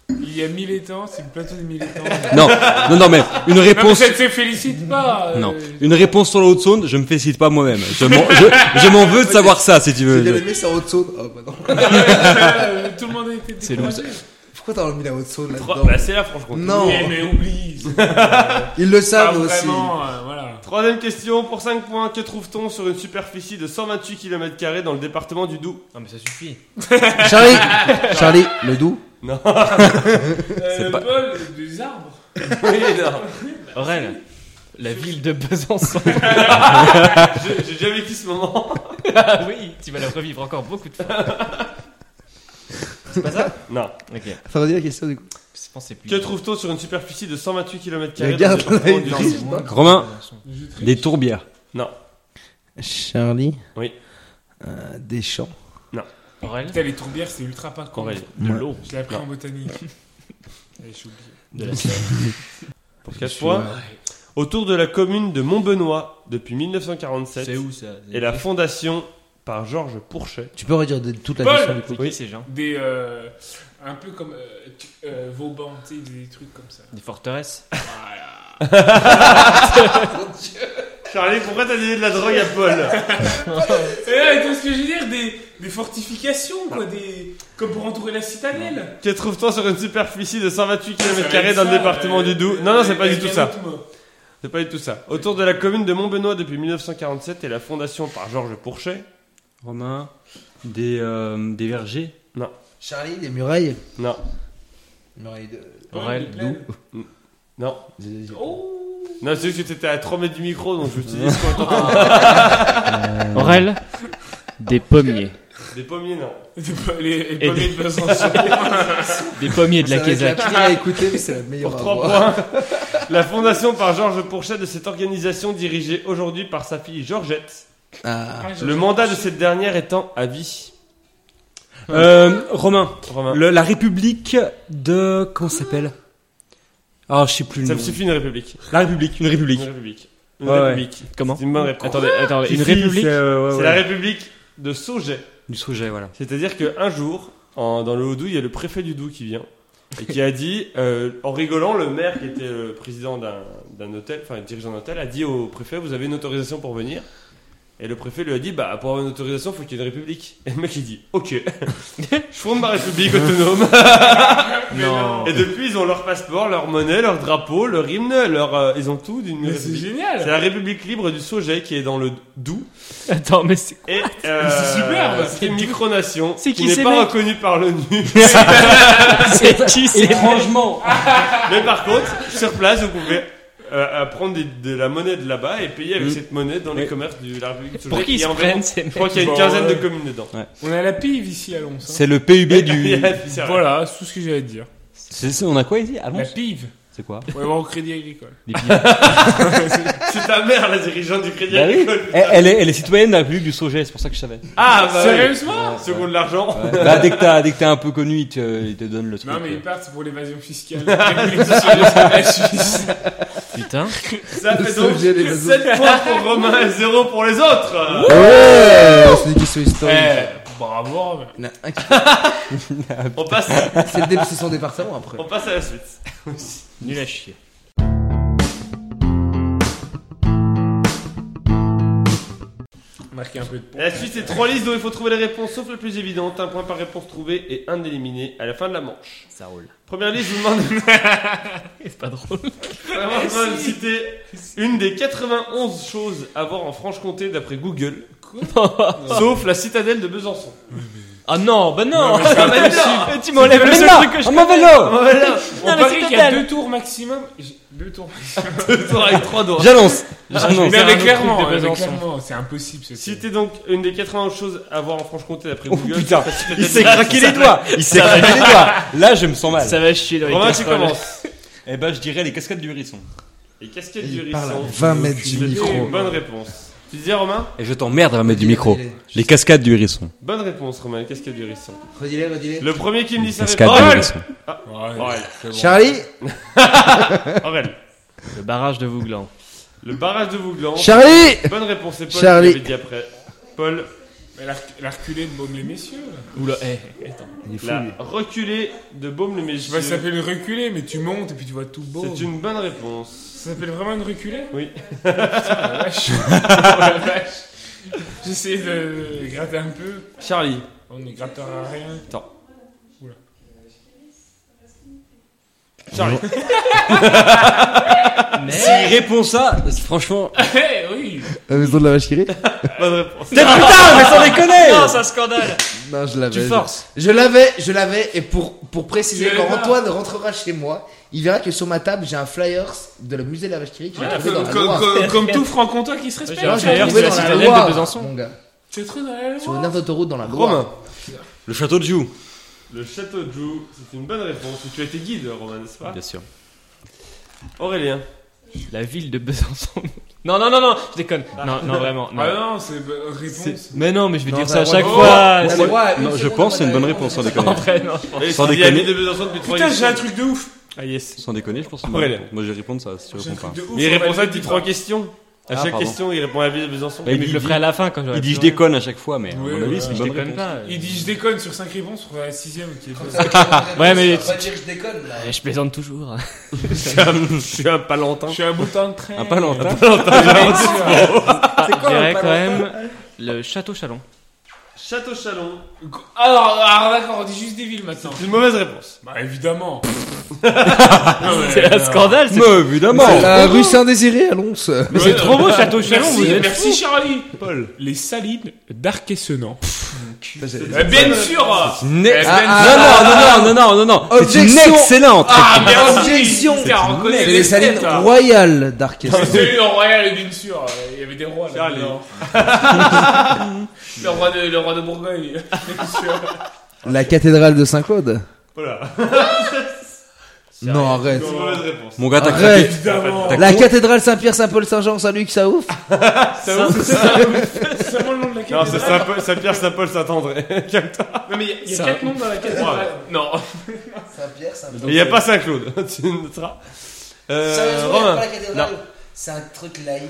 S3: Il y a mille étangs, c'est le plateau des mille étangs.
S5: Non, non, non, mais une
S3: Non, mais
S5: réponse.
S3: ça ne se félicite pas. euh,
S5: Non, une réponse sur la Haute-Saône, je me félicite pas moi-même. Je m'en, je- je m'en veux de savoir ça, si tu
S2: J'ai
S5: veux.
S2: bien
S5: Je-
S2: aimé, c'est en Haute-Saône. Oh, bah non.
S3: euh, Tout le monde a été
S1: C'est lourd.
S3: découragé.
S2: Pourquoi t'as remis la Haute-Saône là-dedans
S4: Bah, c'est la Franche-Comté.
S2: Non,
S3: Mais, mais oublie. c'est
S2: ils le
S3: Pas
S2: savent aussi.
S3: vraiment, euh, voilà.
S4: Troisième question, pour 5 points, que trouve-t-on sur une superficie de 128 km dans le département du Doubs
S1: Non, mais ça suffit.
S2: Charlie, Charlie, le Doubs.
S3: Euh,
S5: pas-
S3: Paul, des arbres.
S1: Aurel, la ville de Besançon.
S4: J'ai j'ai déjà vécu ce moment.
S1: Ah oui, tu vas la revivre encore beaucoup de fois. C'est pas ça
S4: Non.
S1: Ok.
S2: Enfin, vas-y, la question du coup.
S1: Je pense que c'est plus.
S4: Que trouve-t-on sur une superficie de 128 km
S2: Il regarde là, il triche,
S4: du
S2: pas
S5: Romain,
S3: Je triche.
S5: des tourbières.
S4: Non.
S2: Charlie
S4: Oui.
S2: Euh, Deschamps.
S1: Aurel
S3: Putain, les tourbières, c'est ultra pas con.
S4: Aurélien.
S1: De
S2: Ouais.
S1: l'eau.
S3: Je l'ai appris
S4: Non.
S3: en botanique. Allez, j'ai oublié.
S1: De la
S4: Pour 4 fois. Autour de la commune de Montbenoît depuis 1947
S1: C'est où ça
S4: et la fondation par Georges Pourchet.
S2: Tu peux redire de- toute la
S3: Paul
S2: question du coup.
S1: C'est qui ces gens
S3: Des. euh, un peu comme. euh, tu- euh, Vauban, tu sais, des trucs comme ça.
S1: Des forteresses
S3: Voilà.
S4: Charlie, pourquoi t'as donné de la drogue à Paul
S3: Eh, tu vois ce que je veux dire des, des fortifications, quoi. Des, comme pour entourer la citadelle.
S4: Que trouve-t-on sur une superficie de 128
S3: Ça
S4: km
S3: va être
S4: dans le
S3: ça,
S4: département
S3: euh,
S4: du Doubs Non, non, c'est pas
S3: euh,
S4: du tout ça.
S3: Yamoutoumo.
S4: C'est pas du tout ça. Autour de la commune de Montbenoît depuis 1947 et la fondation par Georges Pourchet.
S5: Romain, des, euh, des vergers.
S2: Charlie, des murailles.
S4: Non,
S2: Murailles de.
S1: Aurel,
S3: Ouais,
S1: d'où
S4: non.
S3: Oh
S4: Non, c'est juste que t'étais à 3 mètres du micro, donc je me suis dit, c'est quoi
S1: Euh, Aurel Des pommiers.
S4: Des pommiers, non.
S3: Les po- les-
S1: Et
S3: les pommiers
S1: des-
S3: de Besançon.
S1: Des pommiers de la
S2: Ça va être
S1: Kézak.
S2: pire à écouter, mais c'est la
S4: Pour
S2: meilleure à
S4: 3
S2: avoir.
S4: points. La fondation par Georges Pourchet de cette organisation dirigée aujourd'hui par sa fille Georgette.
S2: Ah.
S3: Ah, je-
S4: Le mandat de cette dernière étant à vie.
S5: Euh, Romain,
S4: Romain.
S5: le- la République de. Comment ça s'appelle Ah, je sais plus le
S4: Ça
S5: nom.
S4: me suffit une république.
S5: La République, une République.
S4: Une république. Une
S5: Ouais, ouais.
S4: république.
S1: Comment
S4: C'est une bonne réponse.
S1: Attendez, attendez. Une
S5: Si,
S1: république
S5: C'est euh, ouais,
S4: C'est
S5: ouais.
S4: la république de Sauget.
S5: du sujet, voilà.
S4: C'est-à-dire qu'un jour, en- dans le Haut-Doubs, il y a le préfet du Doubs qui vient et qui a dit, euh, en rigolant, le maire qui était le président d'un d'un hôtel, enfin dirigeant d'un hôtel, a dit au préfet Vous avez une autorisation pour venir Et le préfet lui a dit Bah, pour avoir une autorisation, faut qu'il y ait une république. Et le mec, il dit Ok, je fonde ma république autonome.
S1: Non.
S4: Et depuis, ils ont leur passeport, leur monnaie, leur drapeau, leur hymne, leur, euh, ils ont tout d'une
S3: Mais c'est
S4: république. C'est
S3: génial
S4: la République libre du Sauget qui est dans le Doubs.
S1: Attends, mais c'est.
S4: Et euh,
S3: C'est super, bah,
S4: c'est une micronation
S1: C'est qui
S4: qui n'est
S1: ces
S4: pas
S1: mecs
S4: reconnue par l'ONU.
S1: C'est qui ces
S5: Étrangement
S4: Mais par contre, sur place, vous pouvez euh, euh, prendre des- de la monnaie de là-bas et payer avec
S5: Mm.
S4: cette monnaie dans les
S5: Oui.
S4: commerces de la République de
S1: Pour
S4: Soleil.
S1: qui ils
S4: Il y a
S1: se
S4: environ-
S1: prennent ces mecs
S4: Je crois qu'il y a une
S3: Bon,
S4: quinzaine
S3: ouais.
S4: de communes dedans.
S3: On a la pive ici à Lons. hein.
S5: C'est le PUB du.
S4: C'est vrai.
S3: Voilà, c'est tout ce que j'avais à te dire.
S5: C'est- c'est- on a quoi ici Avant
S3: La pive
S5: C'est quoi
S3: On va voir au crédit agricole.
S1: Des pieds.
S4: C'est ta mère, la dirigeante du Crédit
S5: Bah oui.
S4: Agricole.
S5: elle, elle est, elle est citoyenne de la République du Sauget, c'est pour ça que je savais.
S4: Ah, bah oui.
S3: Sérieusement
S4: Seconde de l'argent.
S5: Ouais. Bah, dès que t'as- dès que t'es un peu connu, ils te, ils te donnent le truc.
S3: Non, mais
S5: euh.
S3: ils partent pour l'évasion fiscale. La Suisse.
S1: Putain.
S4: Ça
S2: Le
S4: fait donc
S2: sujet des oiseaux.
S4: 7 points pour Romain et 0 pour les autres.
S2: Ouais C'est une question historique.
S3: Eh, bravo
S2: Il y en a un qui-
S4: On passe,
S2: C'est le dé- c'est son département après.
S4: on passe à la suite.
S1: Nul à chier.
S3: Marquez un peu de points.
S4: La suite, c'est trois listes dont il faut trouver les réponses, sauf la plus évidente. Un point par réponse trouvée et un éliminé à la fin de la manche.
S1: Ça roule.
S4: Première liste, je vous demande
S1: C'est pas drôle.
S4: Vraiment, je vais citer une des 91 choses à voir en Franche-Comté d'après Google. Sauf la citadelle de Besançon.
S1: Ah non, bah non.
S3: mais c'est
S1: Ah, bah non. Tu m'enlèves le seul truc que je.
S5: Ah, mon vélo
S4: Voilà,
S3: On
S1: mais
S3: parie
S1: c'est
S3: qu'il y a
S1: total.
S3: deux tours maximum. J'ai- Deux tours maximum.
S4: deux tours avec trois doigts.
S5: J'annonce
S1: Non,
S5: J'annonce
S1: c'est
S3: mais
S1: un
S3: mais
S1: autre
S3: clairement, euh,
S1: truc de
S3: mais
S1: Besançon.
S3: clairement, c'est impossible ce truc.
S4: Citez donc une des 91 choses à voir en Franche-Comté d'après
S5: Oh
S4: Google.
S5: putain,
S4: sauf la
S5: il s'est
S4: citadelle de
S5: craqué les doigts Il s'est craqué les doigts Là, je me sens mal.
S1: Ça va chier dans les
S4: Romain, tu
S1: casseroles.
S4: commences.
S5: Eh ben, je dirais les cascades du hérisson.
S4: Les casquettes du
S2: Il
S4: hérisson.
S2: parle à 20 mètres
S4: C'est
S2: du
S4: une
S2: micro.
S4: Bonne réponse. Tu disais, Romain
S5: Et je t'emmerde à mettre du micro.
S2: Redis-les,
S5: Les cascades du hérisson.
S4: Bonne réponse, Romain, les casquettes du hérisson.
S2: Redis-les, redis-les.
S4: Le premier qui me dit sa
S5: Cascades
S4: réponse.
S5: du
S4: Aurel
S3: Ouais.
S5: hérisson.
S4: Aurel.
S2: Charlie
S4: Aurel.
S1: Le barrage de Vouglan.
S4: Le barrage de Vouglan.
S2: Charlie
S4: Bonne réponse, c'est Paul
S2: Charlie.
S4: qui l'avait dit après. Paul,
S3: Mais la, la reculée de Baume les messieurs. là.
S1: Oula, eh. attends.
S2: Il est fou,
S4: la
S2: lui.
S4: reculée de Baume le
S3: Je sais pas si ça
S4: Messieurs.
S3: s'appelle une reculée, mais tu montes et puis tu vois tout beau.
S4: C'est une bonne réponse.
S3: Ça s'appelle vraiment une reculée Oh
S4: Oui.
S3: La vache. Oh, la vache. J'essaie de gratter un peu.
S4: Charlie.
S3: On ne grattera rien.
S4: Charlie.
S5: S'il répond ça, franchement.
S3: Eh oui
S2: La maison de la vache qui rit
S4: Bonne réponse.
S5: Putain, mais sans déconner
S2: Oh,
S1: ça scandale.
S2: Non, je l'avais.
S1: Tu forces.
S2: Je l'avais, je l'avais, et pour, pour préciser,
S3: Tu
S2: quand
S3: l'avais pas.
S2: Antoine rentrera chez moi, il verra que sur ma table, j'ai un flyers de le musée de la vache qui rit que j'ai
S3: Ouais,
S2: trouvé dans
S3: comme,
S2: la
S3: comme-
S2: Loire.
S3: comme- comme tout franc-comtois qui se
S1: J'ai un
S2: Moi,
S3: respecte.
S2: je l'ai
S1: flyers
S2: trouvé
S1: de la
S2: dans la
S1: citadelle de
S2: Loire,
S1: Besançon.
S2: mon gars.
S3: Tu es très dans la
S2: Sur une
S3: loi.
S2: aire d'autoroute dans la Loire.
S4: Romain.
S5: Le château de Joux.
S4: Le château de Joux, c'est une bonne réponse. Tu as été guide, Romain, n'est-ce pas
S5: Bien sûr.
S4: Aurélien.
S1: La ville de Besançon. Non, non, non, non, je déconne. Non, non, vraiment. non.
S3: Ah non, c'est bah, réponse.
S1: Mais non, mais je vais
S2: Non,
S1: dire
S2: bah,
S1: ça à
S2: ouais,
S1: chaque
S3: ouais,
S5: Oh,
S1: fois.
S2: ouais,
S1: c'est-
S2: ouais, ouais,
S5: Non,
S2: une
S5: je
S2: seconde,
S5: pense que Ah, c'est
S2: on
S5: une
S2: a
S5: bonne
S2: la
S5: réponse, sans
S2: réponse.
S5: déconner.
S1: En vrai, non.
S4: Allez,
S5: Sans
S4: il y a
S5: déconner.
S4: mis de Besançon depuis trois
S3: Putain, j'ai un
S4: questions.
S3: truc de ouf.
S4: Ah yes.
S5: Sans déconner, je pense que
S4: Aurélien.
S5: moi je vais répondre ça si tu
S3: J'ai
S5: réponds
S3: un
S5: pas.
S3: truc de ouf.
S4: Mais il
S3: on
S4: répond
S3: m'a
S4: ça
S3: dit
S4: depuis
S3: pas.
S4: trois questions. À
S5: Ah,
S4: chaque
S5: pardon.
S4: question, il répond à la ville de Besançon.
S5: Mais
S1: Mais je le
S5: il
S1: ferai à
S5: dit-
S1: la fin quand j'aurai.
S5: Il dit je
S1: plus
S5: déconne à chaque fois, mais à
S3: Ouais,
S5: mon avis, c'est
S1: rien.
S5: une
S1: Je
S5: bonne
S1: déconne
S5: réponse.
S1: pas. euh.
S3: Il dit je déconne sur 5 réponses, on a la 6 qui est fausse.
S1: Ouais, mais-
S2: Faut pas dire je déconne là.
S1: Eh, Je plaisante toujours.
S4: Je suis un palantin.
S3: Je suis un boutin de train.
S5: Un palantin
S2: C'est
S1: Je
S2: quoi
S1: dirais
S2: le
S1: quand
S2: palais
S1: même le château Chalon.
S4: Château Chalon.
S3: Alors, alors d'accord, on dit juste des villes maintenant.
S4: C'est une mauvaise réponse.
S3: Bah évidemment.
S1: C'est un scandale. c'est-
S5: Mais évidemment
S2: C'est la rue Saint-Désiré à Lons.
S1: Mais c'est trop beau, château Chalon.
S3: Merci,
S1: vous êtes
S3: merci Charlie.
S4: Paul.
S3: Les salines d'Arquessenan.
S2: Ah,
S3: Eh, Bien sûr.
S5: C'est une ex-
S3: Eh, bien sûr.
S5: Ah, ah, Non, non, non, non, non, non, non, c'est une
S2: Objection.
S5: excellente
S3: Ah, mais
S2: Ah,
S3: aussi,
S2: objection.
S3: putain, on
S2: C'est
S3: reconnaît
S2: les salines
S3: têtes, hein.
S2: royales d'Arquestan.
S3: C'est le royal, bien sûr. euh, Il y avait des rois là.
S4: Charlie.
S3: dedans le, roi de, le roi de Bourgogne. bien sûr.
S2: La cathédrale de Saint-Claude.
S4: Voilà.
S2: Non, arrête.
S4: C'est une mauvaise réponse.
S5: Mon gars, t'as
S2: Arrête.
S5: craqué.
S3: Évidemment.
S5: T'as-
S2: La cathédrale Saint-Pierre, Saint-Paul, Saint-Jean, Saint-Luc, ça ouf.
S3: Ça, c'est ça. C'est seulement le nom de la
S4: Non, c'est
S3: cathédrale.
S4: Saint-Paul- Saint-Pierre, Saint-Paul, Saint-André. Calme-toi.
S3: Non, mais il y a- il y a
S1: Ça-
S3: 4 noms dans la cathédrale. Non.
S2: Saint-Pierre,
S4: Il
S5: euh,
S4: n'y a pas Saint-Claude. Tu noteras. Euh, Romain. Non.
S2: C'est un truc laïque,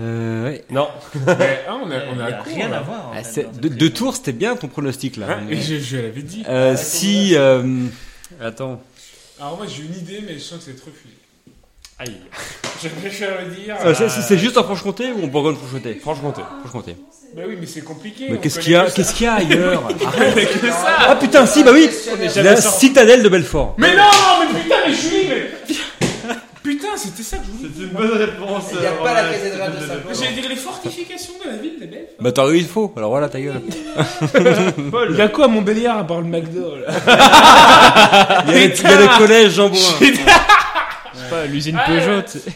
S5: Euh, ouais.
S4: Non.
S3: Mais, ah, on a, on a, un cours, là.
S2: voir. hein.
S5: Ah, c'est- de- Deux tours, c'était bien ton pronostic là.
S3: Hein
S5: Mais-
S3: Et je, je l'avais dit.
S5: Euh, si. euh, Attends.
S3: Alors moi j'ai une idée mais je sens que c'est trop fusé.
S4: Aïe.
S3: J'ai préféré le dire.
S5: Euh, c'est- C'est juste en Franche-Comté ou en Bourgogne-Franche-Comté
S4: Franche-Comté.
S5: Franche-Comté.
S3: Bah oui mais c'est compliqué.
S5: Mais
S3: on
S5: qu'est-ce
S3: connaît
S5: qu'il y a
S3: que ça.
S5: Qu'est-ce qu'il y a ailleurs
S3: Arrête que ça
S5: Ah putain, si, bah oui La citadelle de Belfort.
S3: Mais non mais putain mais Julie mais... Putain c'était ça que je voulais
S4: C'est
S3: dire.
S4: une bonne réponse.
S2: Il y a
S4: euh,
S2: pas la
S4: Romain.
S2: cathédrale de Saint-Paul.
S3: J'allais dire les fortifications de la ville des Belges.
S5: Bah t'as eu il faut, alors voilà ta gueule.
S3: Il y a quoi à Montbéliard à part le McDo là Ah,
S5: Il y a, il y a le collège Jean Bouin.
S1: Je sais pas, L'usine
S3: Ah,
S1: Peugeot. tu sais.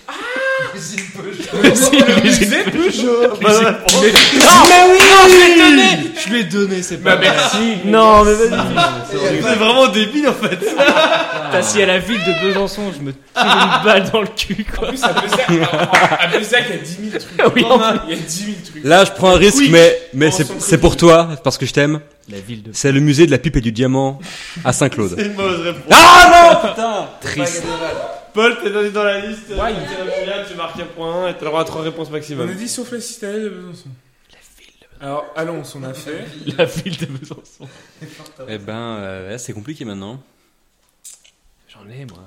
S3: Musée Peugeot
S4: Bonne réponse.
S5: Ah,
S1: Je lui ai donné, c'est
S3: Bah
S1: pas.
S3: merci
S1: Non, mais vas-y.
S4: Vous êtes vraiment débile en fait.
S1: Putain, si à la ville de Besançon, je me tire une balle dans le cul,
S3: En
S1: quoi.
S3: plus à Bezac, à à Bezac il y a 10 000 trucs.
S1: Ah Oui, en plus.
S3: Il y a 10 000 trucs.
S5: Là je prends un risque,
S3: Oui.
S5: mais, mais
S3: On
S5: c'est
S3: s'en
S5: c'est pour toi, parce que je t'aime.
S1: La ville de.
S5: C'est le musée de la pipe et du diamant à Saint-Claude.
S4: C'est une mauvaise réponse.
S5: Ah non putain
S1: Triste.
S4: Paul, t'es donné dans la liste. euh,
S3: Ouais,
S4: tu tires un milliard, tu marques un point et t'as le droit à trois réponses
S3: On a
S4: maximum.
S3: dit sauf la citadelle de Besançon. Alors allons on a fait.
S1: La ville de Besançon.
S5: Eh ben, euh, là, c'est compliqué maintenant.
S1: J'en ai, moi.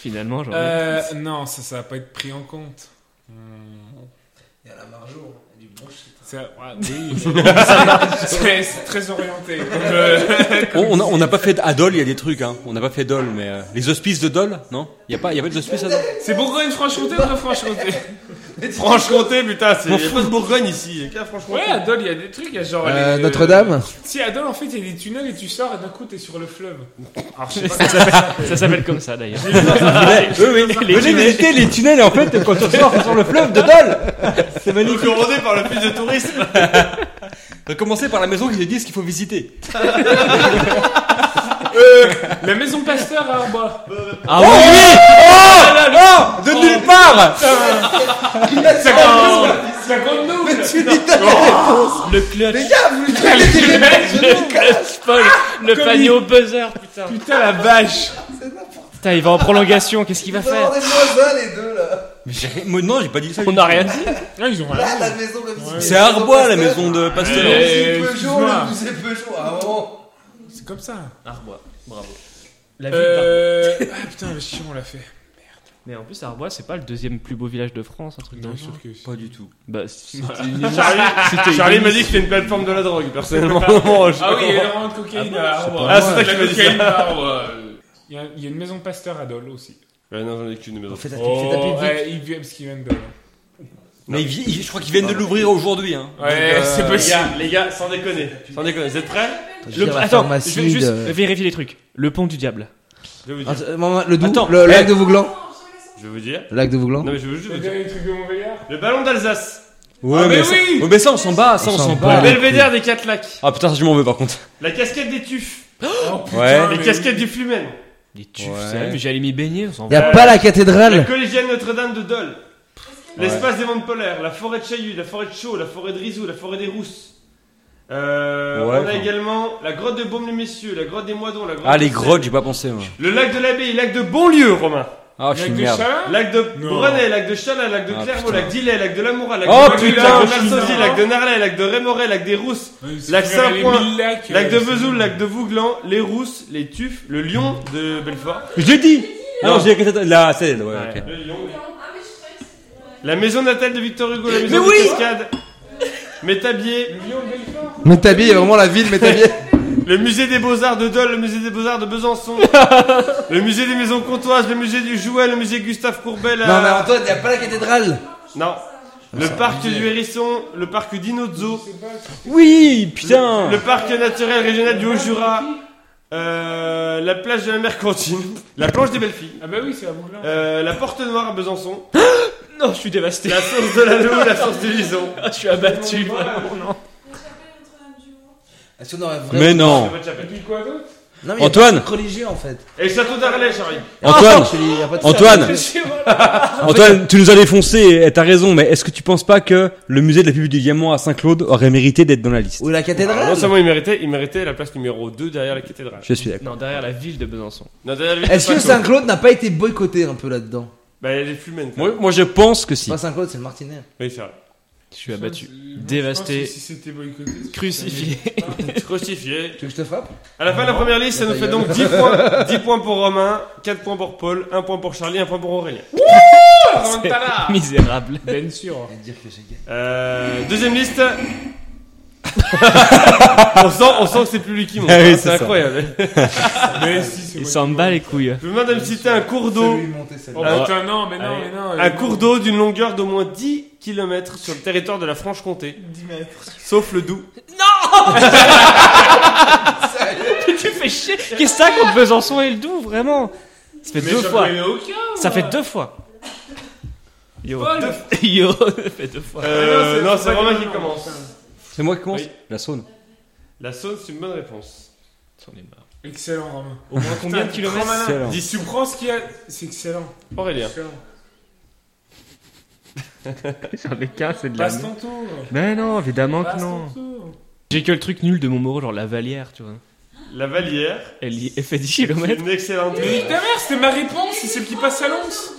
S1: Finalement, j'en ai.
S3: Euh, non, ça, ça va pas être pris en compte. Hmm.
S2: Il y a la margeau, du bon shit. hein.
S3: Ça- ouais, Ah, oui, mais- c'est c'est très orienté. Comme, euh,
S5: On Oh, on a- on n'a pas fait à Dole, il y a des trucs, hein. On n'a pas fait Dole, mais euh, les hospices de Dole, non Il y a pas, il y avait des hospices à Dole
S3: C'est Bourgogne-Franche-Comté ou pas Franche-Comté
S4: Franche-Comté, putain, c'est. Il y a pas de Bourgogne ici. Il y a qu'à Franche-Comté.
S3: Ouais, à Dole, il y a des trucs, il y a genre.
S2: Euh,
S3: Oh, les-
S2: Notre-Dame
S3: Si, à Dole, en fait, il y a des tunnels et tu sors et d'un coup, t'es sur le fleuve. Alors, je sais pas.
S1: Ça s'appelle comme ça, d'ailleurs.
S3: Ah,
S5: Oui, oui.
S1: Les
S5: Venez
S1: tunnels.
S5: visiter les tunnels, et en fait, quand on sort, on sort le fleuve de Dole C'est magnifique
S4: Commandé par le plus de tourisme.
S5: Commencez par la maison qui te disent qu'il faut visiter.
S3: La maison Pasteur hein, à Arbois.
S1: Ah
S5: Oh
S1: oui
S5: oui Oh Oh De nulle part
S3: Ça compte nous Ça compte nous
S2: Oh, Tu dis t'as la réponse.
S1: Le clutch,
S2: Les gars, vous le
S3: Le
S1: le clutch, Paul, le
S3: Comme
S1: panier
S3: il-
S1: au buzzer, putain.
S3: Putain, la vache
S1: Putain, il va en prolongation, qu'est-ce qu'il va faire
S2: Demandez-moi ça, les deux là.
S5: Mais j'ai- moi, non, j'ai pas dit ça.
S1: On n'a rien dit hein.
S3: Ah, ils ont
S2: Là,
S3: rien.
S2: la maison, le musée.
S5: C'est Arbois, la maison de Pasteur.
S3: Ouais.
S1: Euh,
S2: Le musée
S3: Eh,
S2: Peugeot,
S3: excuse-moi.
S2: le musée Peugeot. Ah bon
S3: C'est comme ça.
S1: Arbois, bravo. La ville d'Arbois.
S3: Euh. Ah putain, mais chiant, on l'a fait.
S1: Mais en plus, Arbois, c'est pas le deuxième plus beau village de France, un truc
S3: Bien
S1: dans
S3: sûr que
S5: Pas du tout.
S1: Bah, c'est-
S4: Charlie, Charlie m'a dit que c'était une plateforme de la drogue, personnellement.
S3: Ah oui, il y a énormément de cocaïne à Arbois.
S4: Ah, c'est toi qui
S3: La
S4: m'as dit ça.
S3: cocaïne à Arbois. Il y, a, il y a une maison Pasteur à Dole aussi.
S4: Ouais, non, j'en ai qu'une, mais non.
S2: Faites
S3: Oh, ouais, ils viennent parce qu'ils viennent de Dole.
S5: Mais ils vi- ils- je crois qu'ils viennent de l'ouvrir aujourd'hui. Hein.
S3: Ouais, c'est
S4: Les
S3: possible.
S4: gars, les gars, sans déconner. Sans déconner, vous êtes prêts
S1: Le- Attends, je vais juste vérifier les trucs. Le pont du diable.
S4: Je vais vous dire.
S2: Le Doubs,
S5: Attends,
S2: le lac
S5: eh.
S2: de Vouglan.
S4: Je vais vous dire.
S2: Le lac de Vouglan.
S4: Non, mais je veux juste vous
S3: Vous
S4: dire.
S3: avez les trucs de Montbéliard
S4: Le ballon d'Alsace.
S5: Ouais,
S3: Ah, mais
S5: ça,
S3: oui
S5: ouais, mais ça, on s'en bat, ça,
S2: On
S5: on
S2: s'en
S5: s'en
S2: bat.
S5: bat.
S4: Le belvédère des quatre lacs.
S5: Ah putain, je m'en veux par contre.
S4: La casquette des tuffes.
S3: Oh, putain,
S5: Ouais.
S3: mais-
S4: Les casquettes du Flumen.
S1: Les tubes,
S5: Ouais.
S1: c'est vrai, mais j'allais m'y baigner, on s'en
S2: Y a
S1: va.
S2: pas la cathédrale
S4: La collégienne Notre-Dame de Dole. L'espace des mondes polaires, la forêt de Chaillu, la forêt de Chaux, la forêt de Rizou, la forêt des Rousses. Euh,
S5: Ouais,
S4: on a
S5: enfin.
S4: également la grotte de Baume-le-Messieurs, la grotte des Moidons, la grotte
S5: Ah, les
S4: de
S5: grottes, j'ai pas pensé, moi.
S4: Le lac de l'Abbaye, lac de Bonlieu, Romain.
S5: Ah,
S3: Lac
S5: je suis une
S3: de
S5: merde.
S3: Chalin
S4: Lac de
S3: Non.
S4: Brenet, lac de Chalin, lac de
S5: Ah,
S4: Clairvaux,
S5: putain.
S4: lac d'Illet, lac de Lamoura, lac
S5: Oh,
S4: de Maguelone,
S5: putain,
S4: lac de
S3: putain.
S4: Malsosie, lac de Narlet, lac de Rémoret, lac des Rousses.
S3: Ouais, c'est
S4: Lac
S3: frère, les
S4: Saint-Point,
S3: mille lacs,
S4: Lac
S3: euh,
S4: de
S3: c'est-
S4: Vesoul, lac de Vouglan, les Rousses, les Tuffes, le Lion de Belfort,
S5: Je l'ai dit Ah non,
S4: Non.
S5: j'ai la cathédrale. La c'est elle, ouais,
S4: Ouais.
S5: ok.
S4: le Lion.
S6: Ah, mais je croyais que c'était. ouais.
S4: la maison natale de Victor Hugo, la maison de Cascade, Métabier,
S2: Métabier, y a vraiment la ville Métabier.
S4: le musée des beaux-arts de Dole, le musée des beaux-arts de Besançon, le musée des maisons comtoises, le musée du jouet, le musée Gustave Courbet, la-
S2: Non mais Antoine, y a pas la cathédrale
S4: Non. le parc du Hérisson, le parc d'Inozzo,
S5: Oui, putain
S4: le parc naturel régional du Haut-Jura, euh, la plage de la Mercantine, la planche des belles filles,
S3: Ah bah oui, c'est à Moulin.
S4: euh, la porte noire à Besançon,
S1: Non, je suis dévasté.
S4: La source de l'anneau, la source du lison.
S1: je suis abattu, vraiment, non.
S2: Ah,
S6: La chapelle Notre-Dame-du-Mont.
S2: si on aurait vraiment-
S5: Mais non
S3: Et puis quoi d'autre
S2: Non, mais y a
S5: Antoine.
S2: pas de religieux en fait.
S4: Et le château d'Arlèche, Harry.
S2: Ah,
S5: Antoine
S2: Chez les- y a pas de-
S5: Antoine
S3: Je sais pas.
S5: Antoine, tu nous as défoncé, et t'as raison, mais est-ce que tu penses pas que le musée de la Pub du diamant à Saint-Claude aurait mérité d'être dans la liste
S2: Ou la cathédrale
S5: Ah,
S4: Non seulement il méritait, il méritait la place numéro 2 derrière la cathédrale.
S5: Je suis d'accord.
S1: Non, derrière la ville de Besançon.
S4: Non, derrière le
S2: Est-ce que
S4: Saint-Claude.
S2: Saint-Claude n'a pas été boycotté un peu là-dedans
S4: Bah, elle est fumée.
S5: Moi, moi, je pense que si.
S2: Pas Saint-Claude, c'est le Martinet.
S4: Oui, c'est vrai.
S1: Je suis abattu.
S3: Je pense
S1: Dévasté.
S3: que Si c'était boycotté. c'est-
S1: Crucifié.
S4: Crucifié.
S2: Tu veux que je te frappe
S4: À la fin de la première liste, ça nous fait donc 10 points. 10 points pour Romain, 4 points pour Paul, 1 point pour Charlie, 1 point pour Aurélien.
S3: Ah, Rantala
S1: Misérable.
S3: Bien Ben sûr.
S2: dire que j'ai
S4: Euh, deuxième liste. on, sent, on sent que c'est plus lui qui monte.
S5: Ah oui,
S4: hein,
S5: c'est
S4: c'est
S5: ça.
S4: incroyable.
S3: Mais Ben si, c'est
S1: Il
S3: moi
S1: s'en
S3: qui-
S1: bat les couilles.
S4: Je vous demande de me citer un cours d'eau.
S3: Oh
S4: Ah.
S3: putain, non, mais non,
S4: Allez.
S3: mais non.
S4: Un cours d'eau d'une longueur d'au moins 10 km sur le territoire de la Franche-Comté,
S3: 10 mètres.
S4: sauf le Doubs.
S1: tu fais chier. Qu'est-ce que ça contre Besançon et le Doubs, vraiment Ça fait
S3: Mais
S1: deux
S3: j'en
S1: fois.
S3: connais aucun.
S1: Ça fait deux fois. Yo,
S3: Paul.
S1: deux- Yo, ça fait deux fois.
S4: Euh,
S3: Ah non,
S4: non,
S3: c'est-
S4: c'est
S3: c'est
S4: Romain
S3: pas
S4: qui
S3: lui,
S4: commence.
S5: C'est moi qui commence
S4: Oui.
S5: La Saône.
S4: La Saône, c'est une bonne réponse.
S3: Excellent, Romain.
S1: Au moins combien de
S3: Putain, grand
S1: kilomètres
S3: malin.
S5: Excellent.
S3: Dis, tu prends ce qu'il y a. C'est excellent.
S4: Aurélien.
S3: Excellent.
S1: J'en ai qu'un, c'est de
S3: Passe ton tour.
S1: Mais non, évidemment que
S3: Passe ton
S1: non.
S3: tour.
S1: J'ai que le truc nul de Montmoreau, genre la Valière, tu vois.
S4: La Vallière,
S1: Elle, y- elle fait 10
S4: c'est
S1: kilomètres.
S4: une excellente
S3: Nique
S4: liste.
S3: ta mère, c'était ma réponse, c'est celle qui passe à l'once.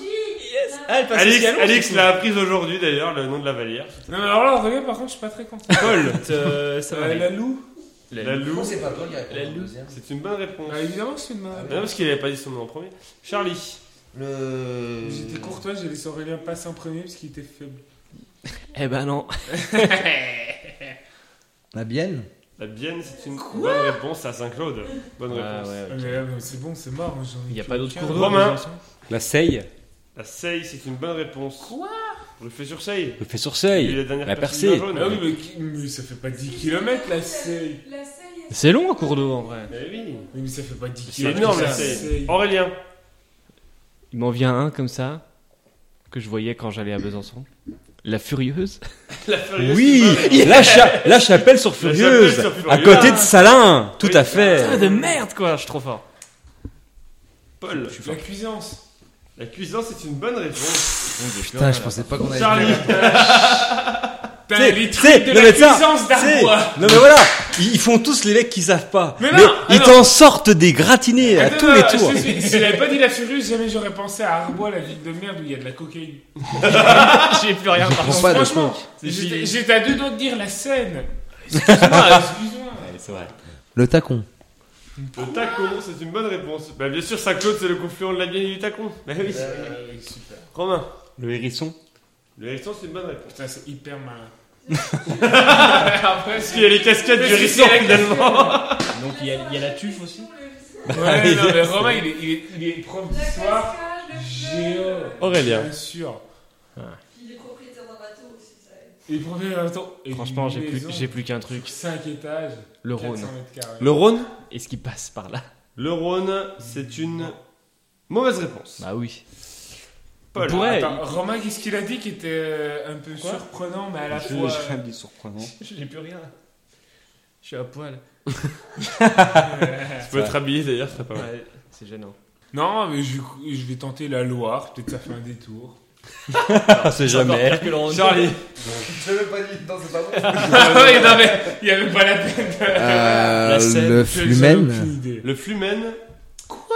S1: elle passe
S4: Alix, Alix l'a apprise aujourd'hui d'ailleurs, le nom de la Vallière.
S3: Non, mais alors là, regarde, par contre, je suis pas très content.
S4: Paul,
S1: ça
S3: Euh, la loup.
S4: la Lou,
S2: c'est pas toi qui
S1: La Lou.
S4: c'est une bonne réponse.
S3: Ah, évidemment, c'est une ma
S4: Non, parce qu'il avait pas dit son nom en premier. Charlie.
S2: Le.
S3: J'étais courtois, j'ai laissé Aurélien passer en premier parce qu'il était faible.
S1: Eh ben non.
S2: La Bienne
S4: La Bienne, c'est une bonne réponse à Saint-Claude. Bonne réponse.
S3: Ah, mais là, mais c'est bon, c'est mort. hein, j'en ai
S1: Il n'y a
S3: plus
S1: pas d'autre
S3: aucun.
S1: cours
S4: Romain.
S5: La Seille.
S4: La Seille, c'est une bonne réponse.
S3: Quoi
S4: Le fait sur Seille.
S5: Le fait sur
S4: Il est
S5: Seille.
S4: la dernière
S5: La
S4: personne
S5: Percée.
S4: jaune.
S3: Ah oui, mais, qui- mais ça fait pas 10 km la Seille.
S6: La Seille,
S1: C'est long un cours d'eau en vrai.
S4: Eh oui.
S3: Oui, mais ça fait pas 10
S4: C'est
S3: km.
S4: énorme la Oh, Seille. Aurélien.
S1: Il m'en vient un comme ça que je voyais quand j'allais à Besançon. La furieuse.
S4: La Furieuse.
S5: Oui la, cha- la chapelle sur Furieuse.
S4: chapelle sur
S5: À
S4: Furieuse.
S5: côté de Salins. Tout
S4: Oui.
S5: à fait.
S1: Ah de merde quoi, je suis trop fort.
S4: Paul.
S3: La cuisance.
S4: La cuisance, c'est une bonne réponse.
S2: Putain, je pensais pas qu'on allait.
S4: Charlie.
S3: T'as
S5: C'est-
S3: les trucs
S5: c'est-
S3: de
S5: non,
S3: la
S5: mais ça,
S3: cuisance
S5: C'est-
S3: d'Arbois.
S5: Non mais voilà, ils, ils font tous les mecs qui savent pas.
S3: Mais non,
S5: ils
S3: ah
S5: t'en sortent des gratinés à
S3: Attends,
S5: tous les
S3: je
S5: tours.
S3: te suis- Si j'avais pas dit la furieuse, jamais j'aurais pensé à Arbois, la ville de merde où il y a de la cocaïne.
S1: J'ai plus rien.
S2: Je comprends pas de
S3: Franchement,
S4: C'est
S3: j'étais
S4: Chili.
S3: j'étais à deux doigts de dire la Seine. Excuse-moi, excuse-moi.
S2: Le tacon.
S4: Le tacon, c'est une bonne réponse. Bah, bien sûr, Saint-Claude, c'est le confluent de la bienne et du tacon. Bah oui.
S3: Euh, super.
S4: Romain.
S5: Le hérisson.
S4: Le hérisson, c'est une bonne réponse.
S3: Putain, c'est hyper malin.
S4: Parce qu'il y a les casquettes du
S3: Parce que
S4: hérisson,
S3: c'est la
S4: finalement.
S1: Donc il y, a la tuffe aussi.
S6: Bah,
S3: Ouais, non, mais Romain, il est, il est, il est prof
S6: la
S3: d'histoire,
S6: cascade, le
S3: géo.
S6: fleuve.
S4: Aurélien.
S3: Bien sûr.
S6: Il est propriétaire d'un bateau aussi, ça aide.
S3: Et prof d'histoire. et
S1: Franchement, j'ai
S3: une
S1: plus,
S3: maison,
S1: j'ai plus qu'un truc.
S3: 5 étages,
S1: Le
S3: 400
S1: Rhône.
S3: mètres carrés.
S4: Le Rhône.
S1: Et ce qui passe par là.
S4: Le Rhône, c'est une mauvaise réponse.
S1: Bah oui.
S4: Paul.
S1: pourrait-
S3: Attends, Romain, qu'est-ce qu'il a dit qui était euh, un peu surprenant, mais à la fois.
S5: surprenant.
S1: J'ai plus rien.
S3: Je suis à poil.
S4: Tu peux te rhabiller d'ailleurs, ce serait pas mal.
S1: Ouais, c'est gênant.
S3: Non, mais je, je vais tenter la Loire. Peut-être que ça fait un détour.
S5: Ah, c'est jamais.
S4: Charlie,
S2: Je l'ai pas dit, non, c'est pas bon.
S3: Ah oui, non, mais il n'y avait pas la peine.
S2: Euh,
S1: scène,
S2: le
S3: Je- j'en ai
S2: flumen.
S3: aucune idée.
S4: le Flumen. Quoi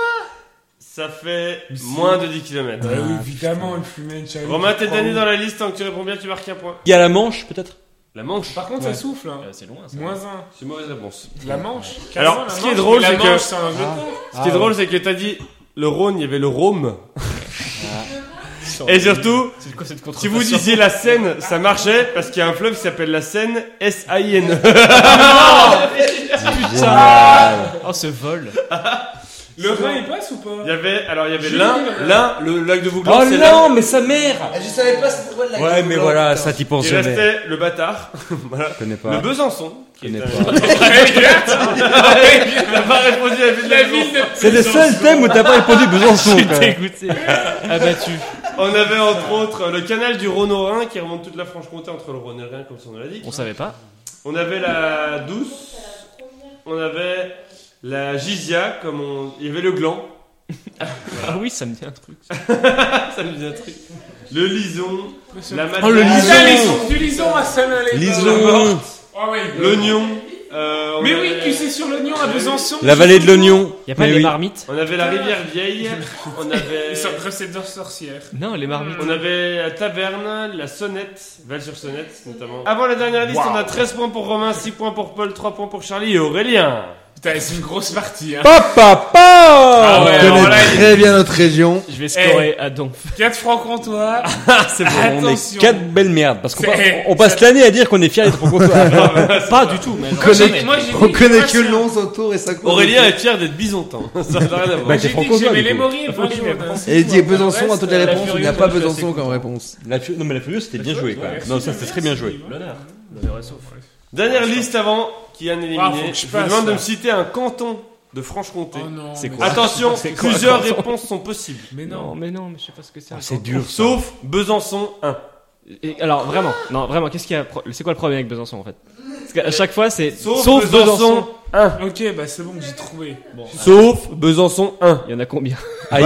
S4: Ça fait moins de 10 km.
S5: Ah,
S3: Bah oui, évidemment, le flumen. Charlie,
S4: Romain,
S3: tu
S4: t'es
S3: crois
S4: dernier
S3: où
S4: dans la liste, tant que tu réponds bien, tu marques un point.
S5: Il y a la Manche, peut-être
S4: La Manche.
S3: Par contre,
S5: Ouais.
S3: ça souffle. hein.
S1: Euh, c'est loin, ça.
S3: Moins un.
S4: C'est une mauvaise réponse.
S3: La Manche.
S4: Alors,
S3: Carrément, la
S4: ce qui est
S3: Manche,
S4: drôle,
S3: mais
S4: c'est
S3: la
S4: que-
S3: Manche, c'est en
S5: Ah.
S3: Angleterre.
S4: Ce qui est drôle, c'est que t'as dit le Rhône, il y avait le Rhôme. Et surtout,
S1: C'est quoi cette
S4: si vous disiez la Seine, ça marchait parce qu'il y a un fleuve qui s'appelle la Seine, S-A-I-N-E.
S2: Génial.
S1: Oh, ce vol
S3: Le Rhin, il passe ou
S4: Il
S3: pas
S4: y avait, alors il y avait
S3: J'ai
S4: l'un,
S3: dit, euh,
S4: l'un, le lac de Vouglans,
S5: Oh
S4: c'est l'un.
S5: non, mais sa mère
S2: Ah, Je savais pas c'était quoi la
S5: Ouais, mais voilà, ça t'y penses
S4: Il
S5: jamais.
S4: restait le bâtard, voilà.
S5: Je connais
S4: le
S5: pas.
S4: Besançon,
S5: Je
S4: qui est
S5: connais
S4: un...
S5: pas.
S4: T'as pas répondu à la ville de
S3: La
S4: Besançon.
S3: ville de
S5: C'est le seul thème où t'as pas répondu Besançon.
S1: Bah.
S5: quoi.
S1: Dégoûté Abattu
S4: On avait entre autres le canal du Rhône au Rhin qui remonte toute la Franche-Comté entre le Rhône et le Rhin, comme ça on l'a dit.
S1: On savait pas
S4: On avait la Douce, on avait la Gisia, comme on... il y avait le gland,
S1: Ah oui, ça me dit un truc.
S4: ça me dit un truc. Le Lison, la Madeleine,
S5: Oh, le Lison.
S3: Putain, Lison. Du Lison à Saint-Malo.
S5: Lison,
S3: Ah ouais.
S4: l'oignon. euh, on
S3: Mais
S4: avait-
S3: oui, tu sais, sur l'oignon à Besançon.
S5: la vallée de l'oignon.
S1: Y a pas
S5: Mais
S1: des
S5: oui.
S1: marmites
S4: On avait la rivière vieille, on avait,
S3: Ils sont recette de sorcière.
S1: Non, les marmites.
S4: on avait la taverne, la sonnette, Val-sur-Sonnette notamment. Avant la dernière liste,
S3: Waouh.
S4: on a 13 points pour Romain, 6 points pour Paul, 3 points pour Charlie et Aurélien.
S3: Putain, c'est une grosse partie. Hein.
S5: Papa
S3: Ah
S5: pa
S3: ouais,
S2: On
S3: alors
S2: connaît
S3: là,
S2: très bien notre région.
S1: Je vais scorer à Donf.
S3: 4 francs comtois.
S5: Ah, C'est bon, on est
S3: Attention.
S5: quatre belles merdes. Parce qu'on
S3: C'est-
S5: passe, on passe l'année à dire qu'on est fiers d'être francophone.
S1: Pas du tout, mais
S2: On connaît,
S1: jamais.
S3: Moi, j'ai
S2: on
S3: dit,
S2: connaît
S3: moi,
S2: que
S3: c'est-
S2: Lons autour et ça court.
S4: Aurélien est fier d'être bisontin, ça n'a rien à voir.
S5: Bah,
S3: J'ai dit
S5: t'es
S3: que
S5: francophone,
S3: j'aimais
S5: du
S3: les
S5: coup.
S3: Maurice.
S1: Oui, mais bon.
S2: Et il dit Besançon à toutes les
S1: la
S2: réponses. Il n'y a
S1: furieuse,
S2: pas
S1: je suis
S2: Besançon
S1: assez
S2: comme réponse.
S5: La Fu- Non, mais la Furieuse, c'était bien joué, quand même.
S3: Ouais,
S5: Non, ça, c'était très bien joué.
S1: L'honneur.
S4: Dernière liste avant Kylian éliminé.
S3: Ah, faut que je
S4: je vous
S3: passe,
S4: demande de
S3: là.
S4: me citer un canton de Franche-Comté.
S3: Oh non.
S1: C'est
S3: mais-
S1: quoi
S4: Attention,
S1: C'est quoi,
S4: plusieurs
S1: canton
S4: réponses sont possibles.
S3: Mais non.
S1: Non, mais non, mais je sais pas ce que c'est. un
S5: C'est
S1: canton.
S5: dur. ça.
S4: Sauf Besançon 1.
S1: Et alors vraiment, non vraiment, qu'est-ce qu'il y a pro- C'est quoi le problème avec Besançon en fait Parce qu'à chaque fois c'est
S4: Sauf, Besançon, 1.
S3: Ok, bah c'est bon, j'ai trouvé. Bon.
S4: Sauf Besançon 1.
S1: Il y en a combien
S5: Aïe.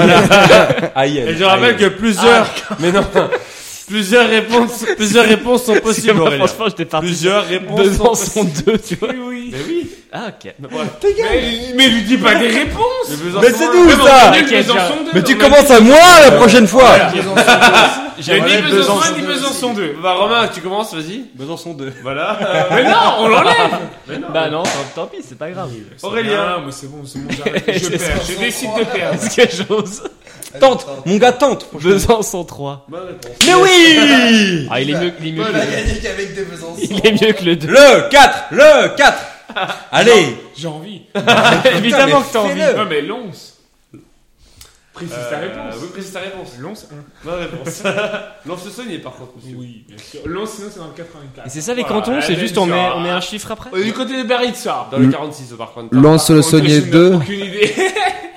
S5: Aïe.
S4: Et je rappelle que plusieurs. Mais non. Ah, plusieurs réponses, plusieurs réponses sont possibles.
S1: Moi,
S4: Aurélien.
S1: Franchement, j'étais parti.
S4: Plusieurs réponses sont
S1: Besançon
S4: possibles.
S1: 2, tu vois.
S3: Oui, oui.
S4: Mais oui.
S1: Ah ok.
S3: Mais, mais lui dis pas des réponses.
S4: Mais Besançon
S5: Mais c'est
S4: 1.
S5: nous,
S3: Mais bon,
S5: ça
S3: on est
S1: Ok,
S3: Besançon 2.
S5: Mais tu commences à moi la prochaine fois
S3: J'ai ni
S4: J'aimerais
S3: Besançon 1
S4: Besançon
S3: ni Besançon 2.
S4: Bah Romain, tu commences, vas-y.
S5: Besançon 2.
S4: Voilà.
S3: Mais non, on l'enlève.
S1: Bah non, tant, tant pis, c'est pas grave.
S4: Aurélien.
S3: Ah, mais c'est bon, c'est bon, j'arrête. Je perds. Je décide de perdre.
S1: Est-ce que j'ose
S5: Tente, mon gars, tente.
S1: Besançon 3.
S4: Bonne réponse.
S5: Mais oui
S1: Ah, il est mieux, il est mieux, que, le...
S2: gagné qu'avec des Besançons.
S1: il est mieux que le 2.
S5: Le 4 Le 4 Allez
S3: J'ai envie.
S1: Évidemment
S5: mais
S1: que t'as envie.
S5: fais-le.
S3: Non, mais Lons. Précise ta réponse.
S4: Euh, Oui, précise ta réponse.
S3: Lons 1.
S4: Bonne réponse. Lance le sonnier par contre, monsieur.
S3: Oui, bien sûr. Lons, sinon c'est dans le 84.
S1: Et c'est ça les
S3: Voilà,
S1: cantons, c'est
S3: elle
S1: juste
S3: aime
S1: on met,
S3: ça.
S1: on met un chiffre après
S3: Euh, Du côté des barils de Sarre.
S4: Dans le 46 par contre.
S2: Lance le saunier 2.
S3: Aucune idée.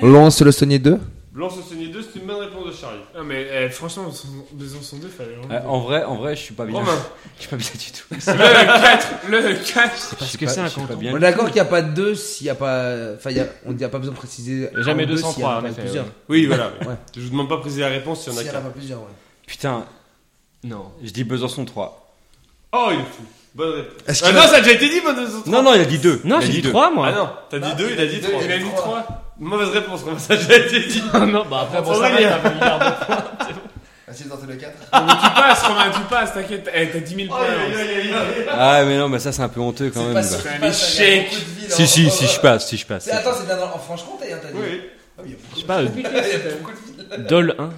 S2: Lance le saunier 2.
S4: Lance le saunier 2, c'est une bonne réponse de Charlie.
S3: Non, mais euh, franchement, Besançon 2, fallait l'enlever.
S5: Euh, En vrai, en vrai, je suis pas bien.
S4: Romain.
S5: Je suis pas bien du tout.
S3: Le 4. Le 4.
S1: Parce que c'est un
S5: Je suis pas
S1: canton.
S5: bien.
S2: On est d'accord qu'il n'y a pas de 2 s'il n'y a pas. Enfin, il y a- on n'y a pas besoin de préciser.
S1: Et jamais
S2: un, deux,
S1: 203,
S2: s'il y a
S1: en
S2: pas
S1: effet,
S2: plusieurs.
S1: ouais.
S4: Oui, voilà.
S2: Ouais.
S4: Je vous demande pas de préciser la réponse s'il y en a
S2: S'il y en a
S4: qu'un.
S2: pas plusieurs, ouais.
S5: Putain,
S1: Non.
S5: je dis Besançon 3.
S4: Oh, il est fou. Bonne réponse.
S2: Est-ce
S4: Ah
S2: qu'il
S4: non,
S2: a-
S4: ça a déjà été dit, bonne réponse.
S5: Non, non, il a dit 2.
S1: Non, j'ai dit 3
S4: Ah
S1: moi.
S4: non, t'as dit 2, il a dit 3.
S2: il
S3: Bah, Il a dit 3.
S4: Mauvaise réponse, Romain, ça a déjà été dit.
S1: non, bah après,
S4: bon, ça va,
S2: Vas-y, tentez le 4.
S3: Tu passes, Romain, tu passes, t'inquiète. Eh, T'as 10 000
S4: Oh,
S3: points.
S4: aïe, aïe, aïe, aïe.
S5: Ah, mais non, mais ça, c'est un peu honteux quand même. bah.
S3: c'est un échec.
S5: Si, si, si je passe, si je passe.
S2: hein. c'est bien en Franche-Comté, hein, t'as
S4: Oui, oui.
S1: Je sais pas, euh,
S2: de villes.
S1: Dol 1.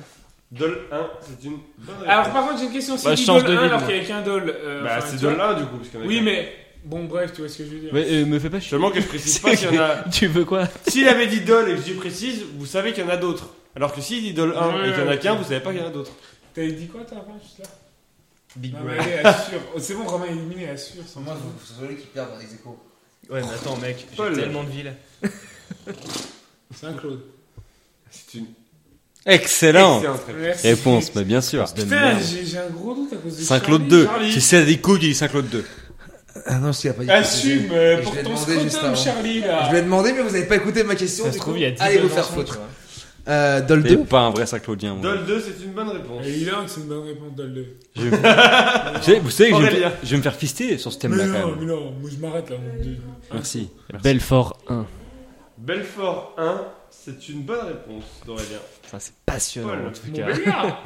S4: Dol 1, c'est une bonne réponse.
S3: Alors, par contre, j'ai une question. Si
S1: Bah,
S3: tu
S1: change de
S3: dol 1
S1: ville,
S3: alors
S1: moi.
S3: qu'il y a qu'un dol. euh,
S4: bah,
S3: enfin,
S4: c'est
S3: tu
S4: Dol
S3: vois.
S4: 1 du coup, parce qu'il y en a
S3: Oui,
S4: qu'un.
S3: mais bon, bref, tu vois ce que je veux dire.
S1: Mais euh, me fais pas chier.
S4: Seulement que je précise pas s'il y en a.
S1: Tu veux quoi
S4: S'il avait dit Dol et que je dis précise, vous savez qu'il y en a d'autres. Alors que s'il dit Dol 1 et qu'il y en a
S3: Ouais,
S4: qu'un,
S3: ok.
S4: vous savez pas qu'il y en a d'autres. Ah
S3: T'avais dit quoi, toi, avant, juste là Big non, mais allez, assure. Oh, C'est bon, Romain est éliminé, assure. sans
S2: Moi,
S3: doute.
S2: je suis celui qui perd dans les échos.
S1: Ouais, mais attends, mec,
S4: j'ai tellement
S1: de villes.
S3: C'est un Claude.
S4: C'est une
S5: Excellent
S4: excellente réponse.
S3: Merci.
S5: Réponse, mais bien sûr.
S3: Putain, j'ai j'ai un gros doute à cause de
S5: Saint-Claude
S3: Charlie.
S5: 2.
S3: Charlie.
S5: Si c'est à des coups, il dit Saint-Claude 2.
S2: Ah non, je sais pas. dit-
S3: Assume euh,
S2: Je
S3: pour
S2: l'ai
S3: ton
S2: demandé juste
S3: scrotum,
S2: avant.
S3: Charlie,
S2: Je
S3: là.
S2: l'ai demandé, mais vous n'avez pas écouté ma question.
S1: Ça
S2: du
S1: se trouve,
S2: coup.
S1: il y a 10
S2: Allez vous
S1: bonnes
S2: faire
S1: enfants, tu
S2: foutre.
S1: vois.
S2: Euh, Dol 2
S5: T'es pas un vrai Saint-Claudien. mon gars.
S4: Dol 2, c'est une bonne réponse.
S3: Et il a un, c'est une bonne réponse dans le.
S5: Vous savez- vous savez que je vais me
S4: Aurélia.
S5: faire- je vais me faire fister sur ce
S3: Mais oh,
S5: thème-là quand
S3: non, mais
S5: même.
S3: non, moi je m'arrête là. mon dieu.
S5: Merci.
S1: Belfort 1.
S4: Belfort 1, c'est une bonne réponse d'Aurélien.
S1: Ça, c'est passionnant,
S4: Paul,
S1: en tout cas.
S3: Montbéliard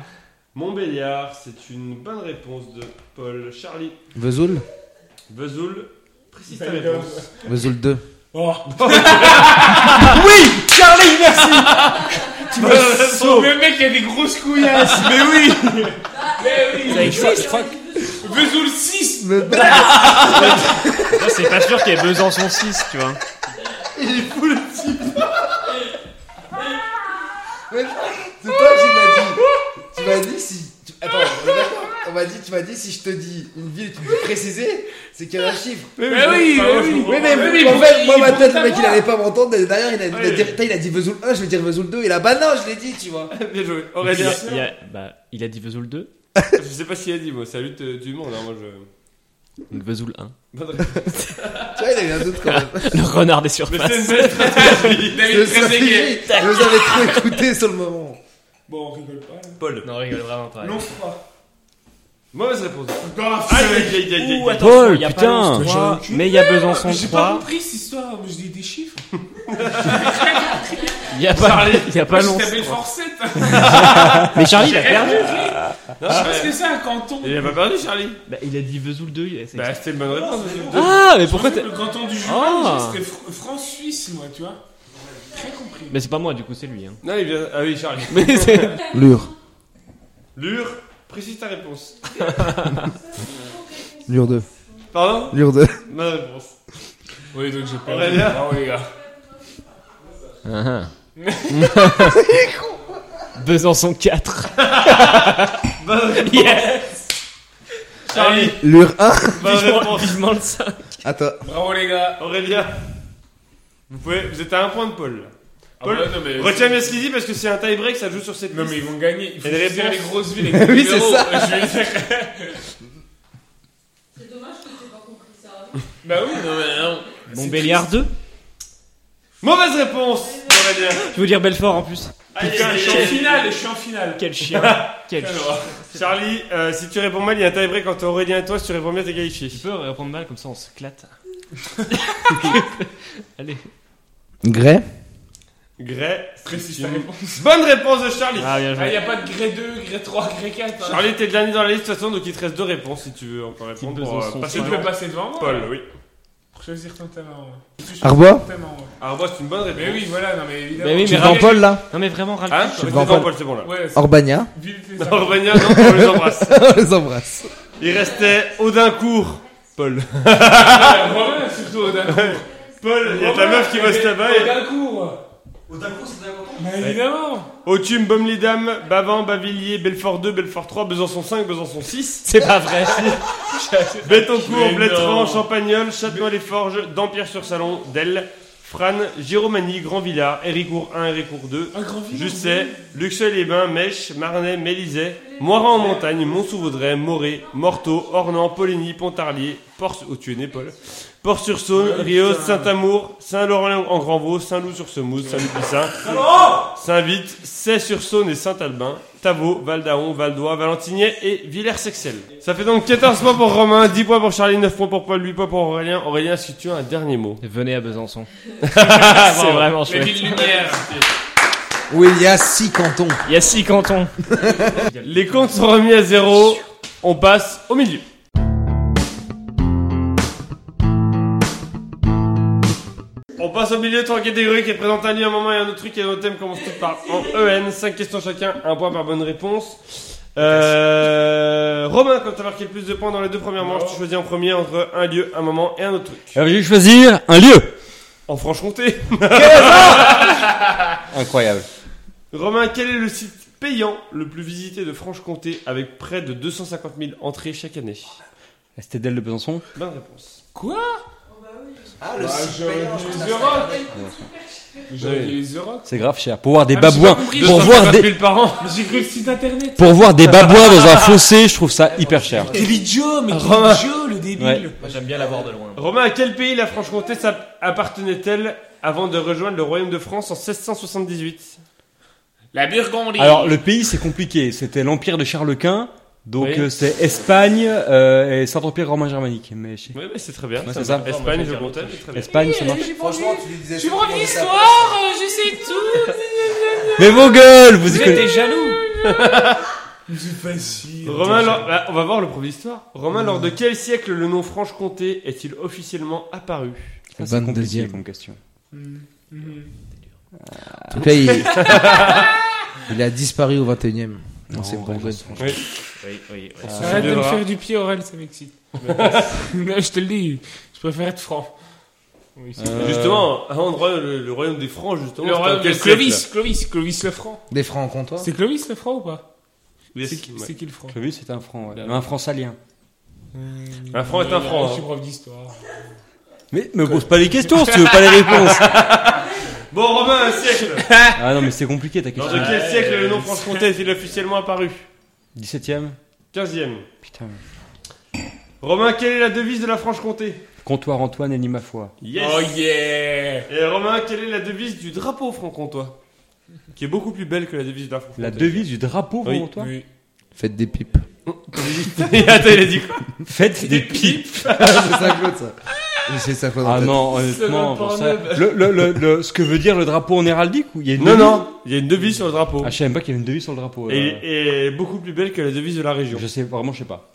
S4: Montbéliard, c'est une bonne réponse de Paul. Charlie,
S2: Vesoul
S4: Vesoul, précise ta
S3: Belfort.
S4: réponse.
S2: Vesoul 2.
S3: Oh,
S5: Charlie, merci
S4: Tu me sauves.
S3: le mec, il a des grosses couillasses.
S4: Mais oui
S3: Mais oui. Vesoul 6.
S1: Moi, c'est pas sûr qu'il y ait Besançon 6, tu vois.
S2: Mais non, c'est toi qui m'as dit. Tu m'as dit si. tu- Attends, on est d'accord on m'a dit, tu m'as dit si je te dis une ville, tu me dis préciser, c'est qu'il y a un chiffre.
S3: Mais oui,
S1: Bah,
S3: mais oui.
S2: Oui, mais,
S3: mais
S2: en
S3: il-
S2: fait,
S3: il
S2: moi, ma
S3: veut
S2: tête, le mec, il
S3: savoir.
S2: allait pas m'entendre. et Derrière, il a, il a
S4: Ouais.
S2: dit, putain, il a dit Vesoul 1, je vais dire Vesoul 2. Et là, bah non, je l'ai dit, tu vois.
S4: Bien joué.
S1: Il y
S4: Aurélien,
S1: a- il y a- bah, il a dit Vesoul 2,
S4: je sais pas s'il a dit, moi, c'est la lutte euh, du monde. hein, moi, je...
S1: donc Vesoul 1.
S4: Bonne réponse.
S2: Tu vois, il a eu un doute quand même.
S1: Le renard des
S4: Mais
S1: surfaces.
S4: c'est une belle stratégie.
S3: Il a
S2: Je
S3: une
S2: savais,
S3: très aiguë.
S2: je vous avais trop écouté sur le moment.
S3: Bon, on rigole pas. là.
S4: Paul.
S1: Non, rigole vraiment pas.
S3: Non, pas.
S4: Mauvaise réponse.
S3: Grave,
S4: Aïe, aïe, aïe, aïe, aïe.
S1: Ouh, attends,
S5: Paul,
S1: il y a
S5: putain.
S1: pas Lens 3, mais il y a Besançon
S3: J'ai pas
S1: 3.
S3: compris cette histoire, moi je dis des chiffres.
S1: Il y a pas, il y a pas
S3: Moi,
S1: Lens
S3: je t'appelle
S1: 3.
S3: Forcette.
S1: Mais Charlie, il a perdu.
S4: Non,
S3: Je sais
S4: mais-
S3: pas ce que c'est un canton.
S4: Il a pas perdu, Charlie
S1: Bah, il a dit Vesoul 2. il a- c'est-
S4: Bah, c'était une bonne réponse.
S1: Ah, mais pourquoi
S3: Pourquoi
S1: t'es.
S3: Le canton du
S1: Ah.
S3: Jura, c'était Fr- France-Suisse, moi, tu vois. Très compris.
S1: Mais c'est pas moi, du coup, c'est lui. Hein.
S4: Non, il vient. Ah oui, Charlie.
S1: Mais c'est-
S2: Lure.
S4: Lure, précise ta réponse.
S2: Lure 2.
S4: Pardon
S2: Lure 2.
S4: Ma réponse.
S3: Oui, donc j'ai pas.
S4: Aurélien
S3: Bravo, les gars.
S1: Ah, ah. Besançon 4.
S4: Bonne réponse. Charlie,
S1: Charlie,
S2: Lure 1.
S4: bonne réponse.
S1: vivement le ça.
S2: Attends.
S3: Bravo, les gars.
S4: Aurélien, vous, pouvez... vous êtes à un point de Paul.
S3: Ah
S4: Paul,
S3: bah, non, mais-
S4: Retiens bien ce qu'il dit parce que c'est un tie-break, ça joue sur cette
S3: Non,
S4: liste.
S3: mais ils vont gagner. Il faut
S4: Et les
S3: dire les
S4: réponses
S3: grosses villes avec les
S2: Oui, c'est
S3: numéros.
S2: ça.
S3: Je vais dire-
S6: C'est dommage que t'aies pas compris ça.
S3: Bah oui, non, mais non.
S1: Montbéliard 2.
S4: Mauvaise réponse, Aurélien.
S1: Tu veux dire Belfort en plus
S4: Aïe,
S3: Putain,
S4: aïe,
S3: je suis en
S4: aïe.
S3: finale, je suis en finale.
S1: Quel chien. Quel chien.
S3: Alors,
S4: Charlie, euh, si tu réponds mal, il y a un tie-break entre Aurélien et toi. Si tu réponds bien, t'es qualifié.
S1: Tu peux répondre mal, comme ça on se clate. Allez.
S2: Grès.
S4: Gray,
S3: précise
S4: c'est
S3: ta
S4: une
S3: réponse.
S4: bonne réponse de Charlie.
S1: Ah, bien
S3: Ah,
S1: joué.
S3: y a pas de gré 2, gré 3, gré 4. hein.
S4: Charlie, t'es le dernier dans la liste de toute façon, donc il te reste deux réponses si tu veux encore répondre.
S1: Petit
S4: Pour, euh,
S1: Besançon.
S4: passer
S3: Tu
S4: devant.
S3: peux passer devant moi.
S4: Paul,
S3: là,
S4: oui.
S3: Pour choisir ton thème avant. moi. Tu choisis
S2: Arbois
S3: ton thème avant, ouais.
S4: Arbois, c'est une bonne réponse.
S3: Mais oui, voilà, non, mais évidemment.
S1: Mais oui,
S2: Tu
S1: mais
S2: devant
S1: râle-
S2: Paul là
S1: Non, mais vraiment, râle.
S4: Hein
S2: suis
S4: C'est
S2: devant
S4: dans
S2: Paul.
S4: Paul, c'est bon là.
S3: Ouais, c'est-
S2: Orbania.
S3: vive les
S4: Non,
S3: Arbois.
S4: Aurélien, non, on les embrasse.
S2: On les embrasse.
S4: Il restait Audincourt. Paul.
S3: Ah, Ouais, Romain, surtout au Danemark.
S4: Paul, il y a ta meuf qui bosse là-bas.
S3: Au
S4: et-
S3: Danemark. Mais évidemment.
S4: Autume, Baume-les-Dames, Bavant, Bavilliers, Belfort 2, Belfort 3, Besançon 5, Besançon 6.
S1: C'est pas vrai.
S4: Bétoncourt,
S3: Mais
S4: Blétran,
S3: non.
S4: Champagnol, Châtenois-les-Forges, Dampierre-sur-Salon, Delle, Frane, Giromanie, Grand-Villard, Héricourt 1, Héricourt 2.
S3: Un grand village.
S4: Jusset, Luxeuil-les-Bains, Mèche, Marnay, Mélisay, Moiran en montagne, Mont-sous-Vaudrey, Morée, Morteau, Ornans, Poligny, Pontarlier, Port, oh, tu es né, Paul, Port-sur-Saône,
S3: Ouais,
S4: Rios,
S3: putain.
S4: Saint-Amour, Saint-Laurent en Grand-Vaux, Saint-Loup-sur-Semouse, Saint-Lupicin, Saint-Vite, Say-sur-Saône et Saint-Albin, Tavaux, Val-d'Aon, Val-d'Oie, Valentigney et Villers-Sexel. Ça fait donc 14 points pour Romain, 10 points pour Charlie, 9 points pour Paul, 8 points pour Aurélien. Aurélien, est-ce que tu as un dernier mot
S1: Venez à Besançon. c'est vraiment
S3: Les
S1: chouette.
S3: villes lumières.
S2: Où il y a 6 cantons.
S1: Il y a 6 cantons.
S4: Les comptes sont remis à zéro, on passe au milieu. On passe au milieu, trois catégories qui présentent un lieu, un moment et un autre truc et un autre thème commence tout par en EN, 5 questions chacun, un point par bonne réponse. Euh, Romain, quand t'as marqué le plus de points dans les deux premières manches, tu choisis en premier entre un lieu, un moment et un autre truc.
S5: Alors, je vais choisir un lieu.
S4: En Franche-Comté,
S5: Incroyable.
S4: Romain, quel est le site payant le plus visité de Franche-Comté avec près de 250 000 entrées chaque année
S5: C'était Delle de Besançon.
S4: Bonne réponse.
S3: Quoi
S2: Ah, le
S3: Bah,
S2: site
S3: j'aurais
S2: payant,
S3: dû
S2: je pense
S3: les
S2: que ça-
S3: Europe. J'avais les The Rock.
S5: C'est grave cher. Pour voir des
S3: Ah, mais j'ai
S5: babouins,
S3: pas compris.
S5: pour voir
S4: 250
S5: des,
S4: 000 par an.
S3: Mais J'ai cru le site internet.
S5: pour voir des babouins dans un fossé, je trouve ça hyper cher.
S3: Quel idiot, mais
S4: Romain.
S3: quel idiot, le débile.
S5: Ouais.
S7: Moi j'aime bien l'avoir de loin.
S4: Romain, à quel pays la Franche-Comté s'app- appartenait-elle avant de rejoindre le royaume de France en 1678
S3: La Burgondie.
S5: Alors le pays c'est compliqué, c'était l'empire de Charles Quint, donc
S4: Oui.
S5: euh, c'est Espagne euh, et Saint-Empire romain germanique. Mais je sais-
S4: Oui, mais c'est très bien.
S5: Ouais, c'est ça.
S4: Espagne,
S3: bah,
S4: je comptais, c'est très bien.
S5: Espagne ça marche.
S2: Franchement, tu lui disais.
S3: Je suis
S2: tout
S3: prof
S2: le monde
S3: d'histoire,
S2: ça.
S3: euh, je sais tout.
S5: Mais vos gueules, vous y
S7: Vous
S5: connaissez.
S7: étiez jaloux
S3: C'est facile.
S4: Romain, lors- bah, on va voir le prof d'histoire. Romain, lors de
S5: Hmm.
S4: quel siècle le nom Franche-Comté est-il officiellement apparu
S5: Ça, c'est compliqué
S2: 22e.
S5: comme question.
S3: Mm,
S2: En tout cas, il... il a disparu au 21ème. Non, c'est Bourgogne, franchement.
S7: Oui, oui, oui.
S1: Euh.
S3: Arrête de me
S4: devra.
S3: faire du pied, Aurel, ça m'excite. Non, je te le dis, je préfère être franc. Oui, c'est-
S5: Euh.
S4: Et Justement, avant de roi- le, le royaume des Francs, justement.
S3: Le
S4: c'était en
S3: royaume de
S4: quel siècle
S3: Clovis, Clovis, Clovis le franc.
S2: Des francs en comptoir
S3: C'est Clovis le franc ou pas
S4: Oui,
S3: C'est
S4: ouais.
S3: c'est qui le franc
S5: Clovis c'est un franc, ouais. un franc salien.
S4: Un franc est un franc,
S3: Je suis
S4: hein.
S3: prof d'histoire.
S5: Mais me pose pas les questions si tu veux pas les réponses.
S4: Bon, Romain, un siècle
S5: Ah non mais c'est compliqué ta
S4: Lors
S5: question.
S4: de quel
S7: Ouais.
S4: siècle le nom Franche-Comté est-il officiellement apparu
S5: 17ème
S4: 15e.
S5: Putain.
S4: Romain, quelle est la devise de la Franche-Comté
S5: Comptoir Antoine et Lima foi.
S4: Yes
S3: Oh yeah
S4: Et Romain, quelle est la devise du drapeau franc-comtois Qui est beaucoup plus belle que la devise de la Franche-Comté.
S5: La devise du drapeau
S4: Oui.
S5: devant toi.
S3: Oui.
S2: Faites des pipes.
S4: Et Attends, il a dit quoi
S5: Faites des pipes.
S2: c'est ça, Claude, ça. Oui, C'est ça, Claude. en
S5: Ah
S2: tête.
S5: non, honnêtement, j'en sais- le, le, le, le- ce que veut dire le drapeau en héraldique ou il y a une
S4: Non,
S5: devise
S4: non, il y a une devise sur le drapeau.
S5: Ah, je savais même pas qu'il y avait une devise sur le drapeau. euh.
S4: Et, et beaucoup plus belle que la devise de la région.
S5: Je sais vraiment, je sais pas.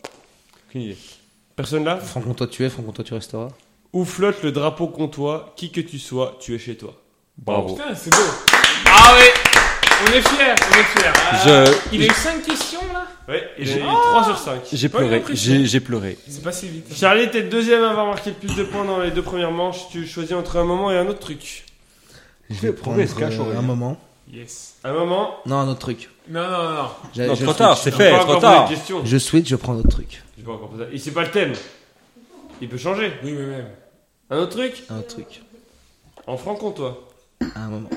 S5: Aucune idée.
S4: Personne là
S2: Franck Comtois, tu es, Franck Comtois, tu resteras.
S4: Où flotte le drapeau comtois, qui que tu sois, tu es chez toi.
S7: Oh.
S5: Bravo.
S3: Putain, c'est beau. Ah ouais On est fiers, on est fiers. Ah,
S5: Je,
S3: Il a eu 5 questions là
S4: Ouais, et
S5: J'ai-
S4: j'ai 3 sur 5.
S5: j'ai
S3: pas eu
S5: pleuré,
S3: l'impression.
S5: j'ai, j'ai pleuré.
S3: C'est pas si vite. hein.
S4: Charlie, t'es le deuxième à avoir marqué le plus de points dans les deux premières manches. Tu choisis entre un moment et un autre truc.
S2: Je
S5: vais prendre, euh, un
S2: un moment.
S3: Yes.
S4: Un moment,
S2: Non, un autre truc.
S3: Non, non, non.
S2: J'ai-
S5: Non,
S2: je
S5: trop tard,
S2: switch.
S5: c'est fait,
S4: pas
S5: trop
S4: encore
S5: tard.
S4: posé de question.
S2: Je switch, je prends un autre truc.
S4: J'ai pas encore posé. Et c'est pas le thème. Il peut changer.
S3: Oui, mais même.
S4: Un autre truc
S2: Un autre truc.
S4: En franc-comtois.
S2: Un moment.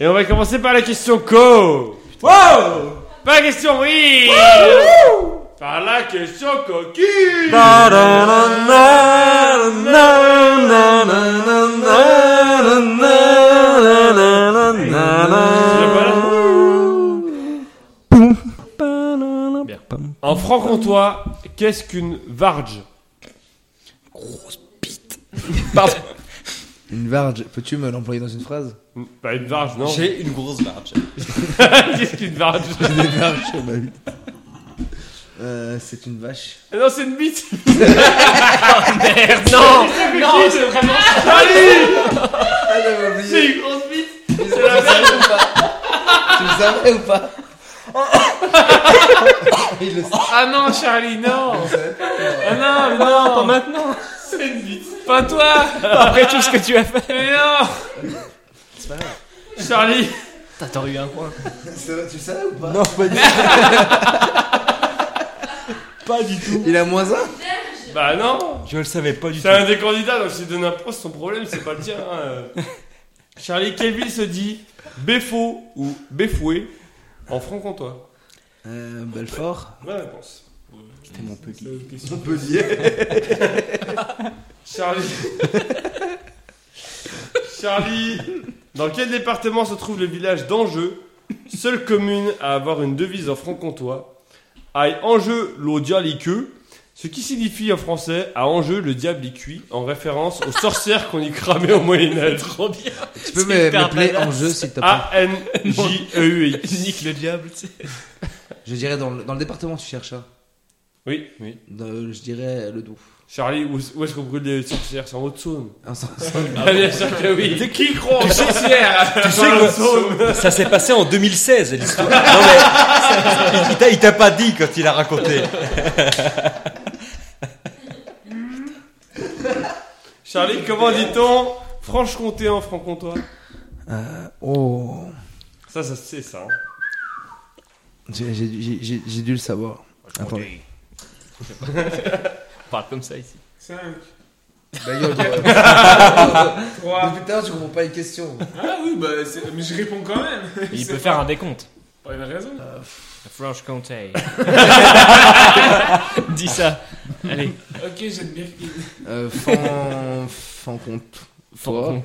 S4: Et on va commencer par la question co
S3: Wow
S4: Par la question oui Par la question coquille
S7: Bien.
S4: En franc-comtois, qu'est-ce qu'une varge
S2: Une varge, peux-tu me l'employer dans une phrase
S4: Pas une varge, non
S5: J'ai une grosse barbe.
S4: Qu'est-ce qu'une varge
S2: Des varges, ma vie. Euh, c'est une vache.
S3: Ah
S4: Non, c'est une bite
S7: Oh, Non Non, c'est vraiment
S2: Ah, j'avais
S4: C'est
S2: oublié.
S4: une grosse bite
S2: Tu le savais ou pas Tu le savais ou pas Il le sait.
S3: Ah non, Charlie, non Ah non, non Pas maintenant C'est une bite Pas toi
S7: après tout ce que tu as fait.
S3: Mais non
S2: C'est pas grave.
S4: Charlie
S7: T'as t'aurais eu un point.
S2: C'est vrai, Tu le savais ou pas
S5: Non, pas du tout. Pas du tout.
S2: Il a moins un
S4: Bah non
S5: Je le savais pas du tout.
S4: C'est un des candidats, donc s'il donne un point, c'est son problème, c'est pas le tien. hein, euh. Charlie, quelle ville se dit Béfo ou Béfoué en franc-comtois
S2: Euh, Belfort.
S4: Bonne réponse.
S5: C'était mon petit.
S4: Charlie. Charlie. Dans quel département se trouve le village d'Angeux, seule commune à avoir une devise en franc-comtois Aïe Angeux l'eau diable est queue, ce qui signifie en français à Angeux le diable est cuit, en référence aux sorcières qu'on y cramait au Moyen-Âge.
S7: Trop bien.
S2: Tu peux
S7: C'est
S2: me-
S7: hyper
S2: m'appeler
S7: badass.
S2: en jeu s'il te plaît
S4: Ah. A-N-J-E-U-I.
S7: Nique le diable, tu sais.
S2: Je dirais dans le, dans le département tu cherches ça.
S4: Oui,
S2: Dans- je dirais le Doubs.
S4: Charlie, où, où est-ce qu'on brûle les sorcières C'est en Haute-Saône.
S2: Un sens-
S4: Ah, bien sûr que oui. C'est qui croit
S3: Tu sais, c'est-
S5: Tu sais que ça s'est passé en 2016, l'histoire. Non, mais il t'a- il t'a pas dit quand il a raconté.
S4: Charlie, comment dit-on Franche-Comté en franc-comtois
S2: Oh,
S4: Ça, ça c'est ça. hein.
S2: j'ai j'ai dû- j'ai- j'ai- j'ai dû le savoir. Attendez.
S7: On parle comme ça ici.
S3: Cinq,
S2: Bah, yo, depuis
S3: Trois.
S2: tout à l'heure, tu comprends pas les questions.
S3: Ah oui, bah, c'est- mais je réponds quand même.
S1: Il
S3: C'est
S1: peut faire
S3: pas-
S1: un décompte.
S3: Pas une raison.
S1: French Comté. Dis ça. Allez.
S3: Ok, j'aime bien.
S2: Euh, fan... fan compte. Toi.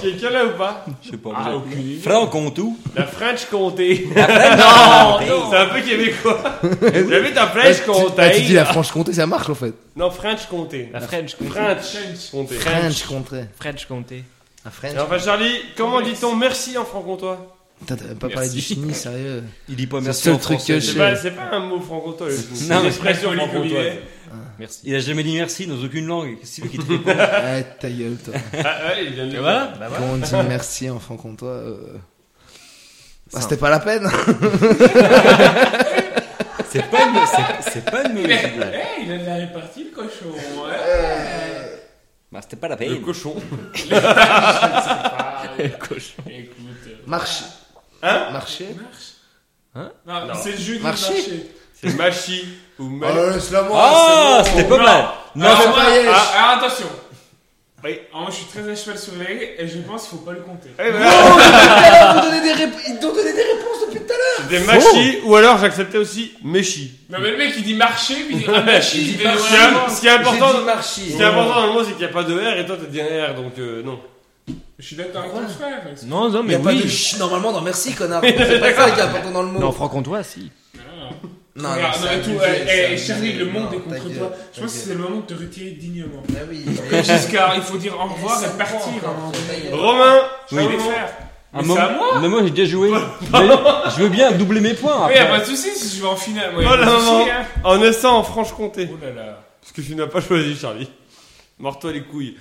S4: Quelqu'un là ou pas
S5: Je sais pas.
S3: Ah,
S5: vous
S3: aucune idée.
S5: avez- Franck on tout.
S4: La French Comté.
S3: Non,
S4: C'est un peu québécois. J'avais ta
S2: Bah,
S4: French
S2: tu- bah, tu dis
S4: Comté.
S2: la Franche-Comté, ça marche en fait.
S4: Non, French Comté.
S1: La French Comté.
S4: French Comté.
S2: French-Comté.
S1: French Comté.
S2: Un French.
S4: Et Enfin, Charlie, comment dit-on merci en franc-comtois
S2: Putain, t'as même pas parlé du chini, sérieux.
S5: Il dit pas
S2: C'est
S5: merci
S2: le seul
S5: en
S2: truc
S5: français.
S2: que je
S4: C'est
S2: sais.
S4: pas, c'est pas un mot franc-comtois, le ch'ti.
S5: Non,
S4: C'est une
S5: mais
S4: expression
S3: c'est pas poli comme il
S4: franc-comtoise.
S1: Merci.
S5: Il a jamais dit merci dans aucune langue. Qu'est-ce qu'il veut qu'il te dise
S2: Ah, ta gueule, toi.
S4: Ah, ouais, il vient de
S1: Et
S4: le
S1: voilà.
S4: dire.
S2: Quand on dit merci en franc-comtois, euh... bah, c'était pas la peine.
S5: C'est pas une, c'est, c'est pas une
S3: Il
S5: mauvaise
S3: a,
S5: blague.
S3: Eh, il a de la répartie, le cochon. hein. ouais.
S2: Euh,
S5: Bah, c'était pas la
S4: Le
S5: peine.
S4: cochon.
S3: Ah,
S1: cochon.
S3: Écoute. euh,
S2: Marcher.
S4: Hein
S2: Marcher
S3: Marche.
S1: Hein
S3: Non,
S4: Non.
S3: c'est le jeu du
S2: Marché.
S3: marché.
S4: C'est machi ou
S2: Oh,
S4: machi.
S2: laisse-la moi.
S5: Ah,
S2: c'est bon.
S5: c'était pas
S3: Non.
S5: mal. Non,
S3: Alors,
S2: c'est
S3: moi-
S2: pas Yesh.
S3: ah, alors, attention.
S4: Oui.
S3: Alors, moi, je suis très à cheval sur les règles et je pense qu'il faut pas le compter.
S4: Eh ben,
S2: Vous donnez des rép- Ils t'ont donné des réponses depuis tout à l'heure.
S4: Des machi ou alors j'acceptais aussi méchi.
S3: Non, mais le mec, il dit marché, puis il dit ah, marché, il
S2: dit
S3: dit
S4: Ce qui est- ce qui est important,
S2: J'ai dit marcher.
S4: ce qui est important dans le mot, c'est qu'il n'y a pas de R et toi t'as dit un R donc euh, non.
S3: Je suis d'accord avec ton frère. excuse-
S1: Non, non,
S2: Il y
S1: mais
S2: a pas de
S1: oui.
S2: ch normalement dans merci, connard. C'est pas ça qui est important dans le mot.
S1: Non, Franck Comtois, si.
S3: Ah.
S2: non,
S3: Regarde,
S2: c'est
S3: non, mais tout,
S2: abusé,
S3: eh,
S2: c'est
S3: eh,
S2: abusé.
S3: Charlie, le
S2: Non,
S3: monde est
S2: ta
S3: contre
S2: gueule,
S3: toi. Je
S2: ta
S3: pense que c'est
S2: gueule.
S3: le moment de te retirer dignement.
S2: Ah oui.
S3: Comme Giscard, il faut dire au revoir et
S2: Ça prend,
S3: partir.
S2: quoi.
S3: hein.
S2: Oh,
S4: Romain
S3: Ciao,
S4: Charlie,
S3: les frères.
S5: Un
S3: Mais
S5: moment-
S3: c'est à moi.
S5: Non, moi j'ai déjà joué. Mais je veux bien doubler mes points.
S3: Ouais, y a
S5: Après.
S3: pas de soucis si je vais en finale. moi, y a
S4: Oh
S3: pas
S4: la
S3: de
S4: maman
S3: soucis, hein.
S4: En essant en Franche-Comté.
S3: Oh là là.
S4: Parce que tu n'as pas choisi Charlie. Mors-toi les couilles.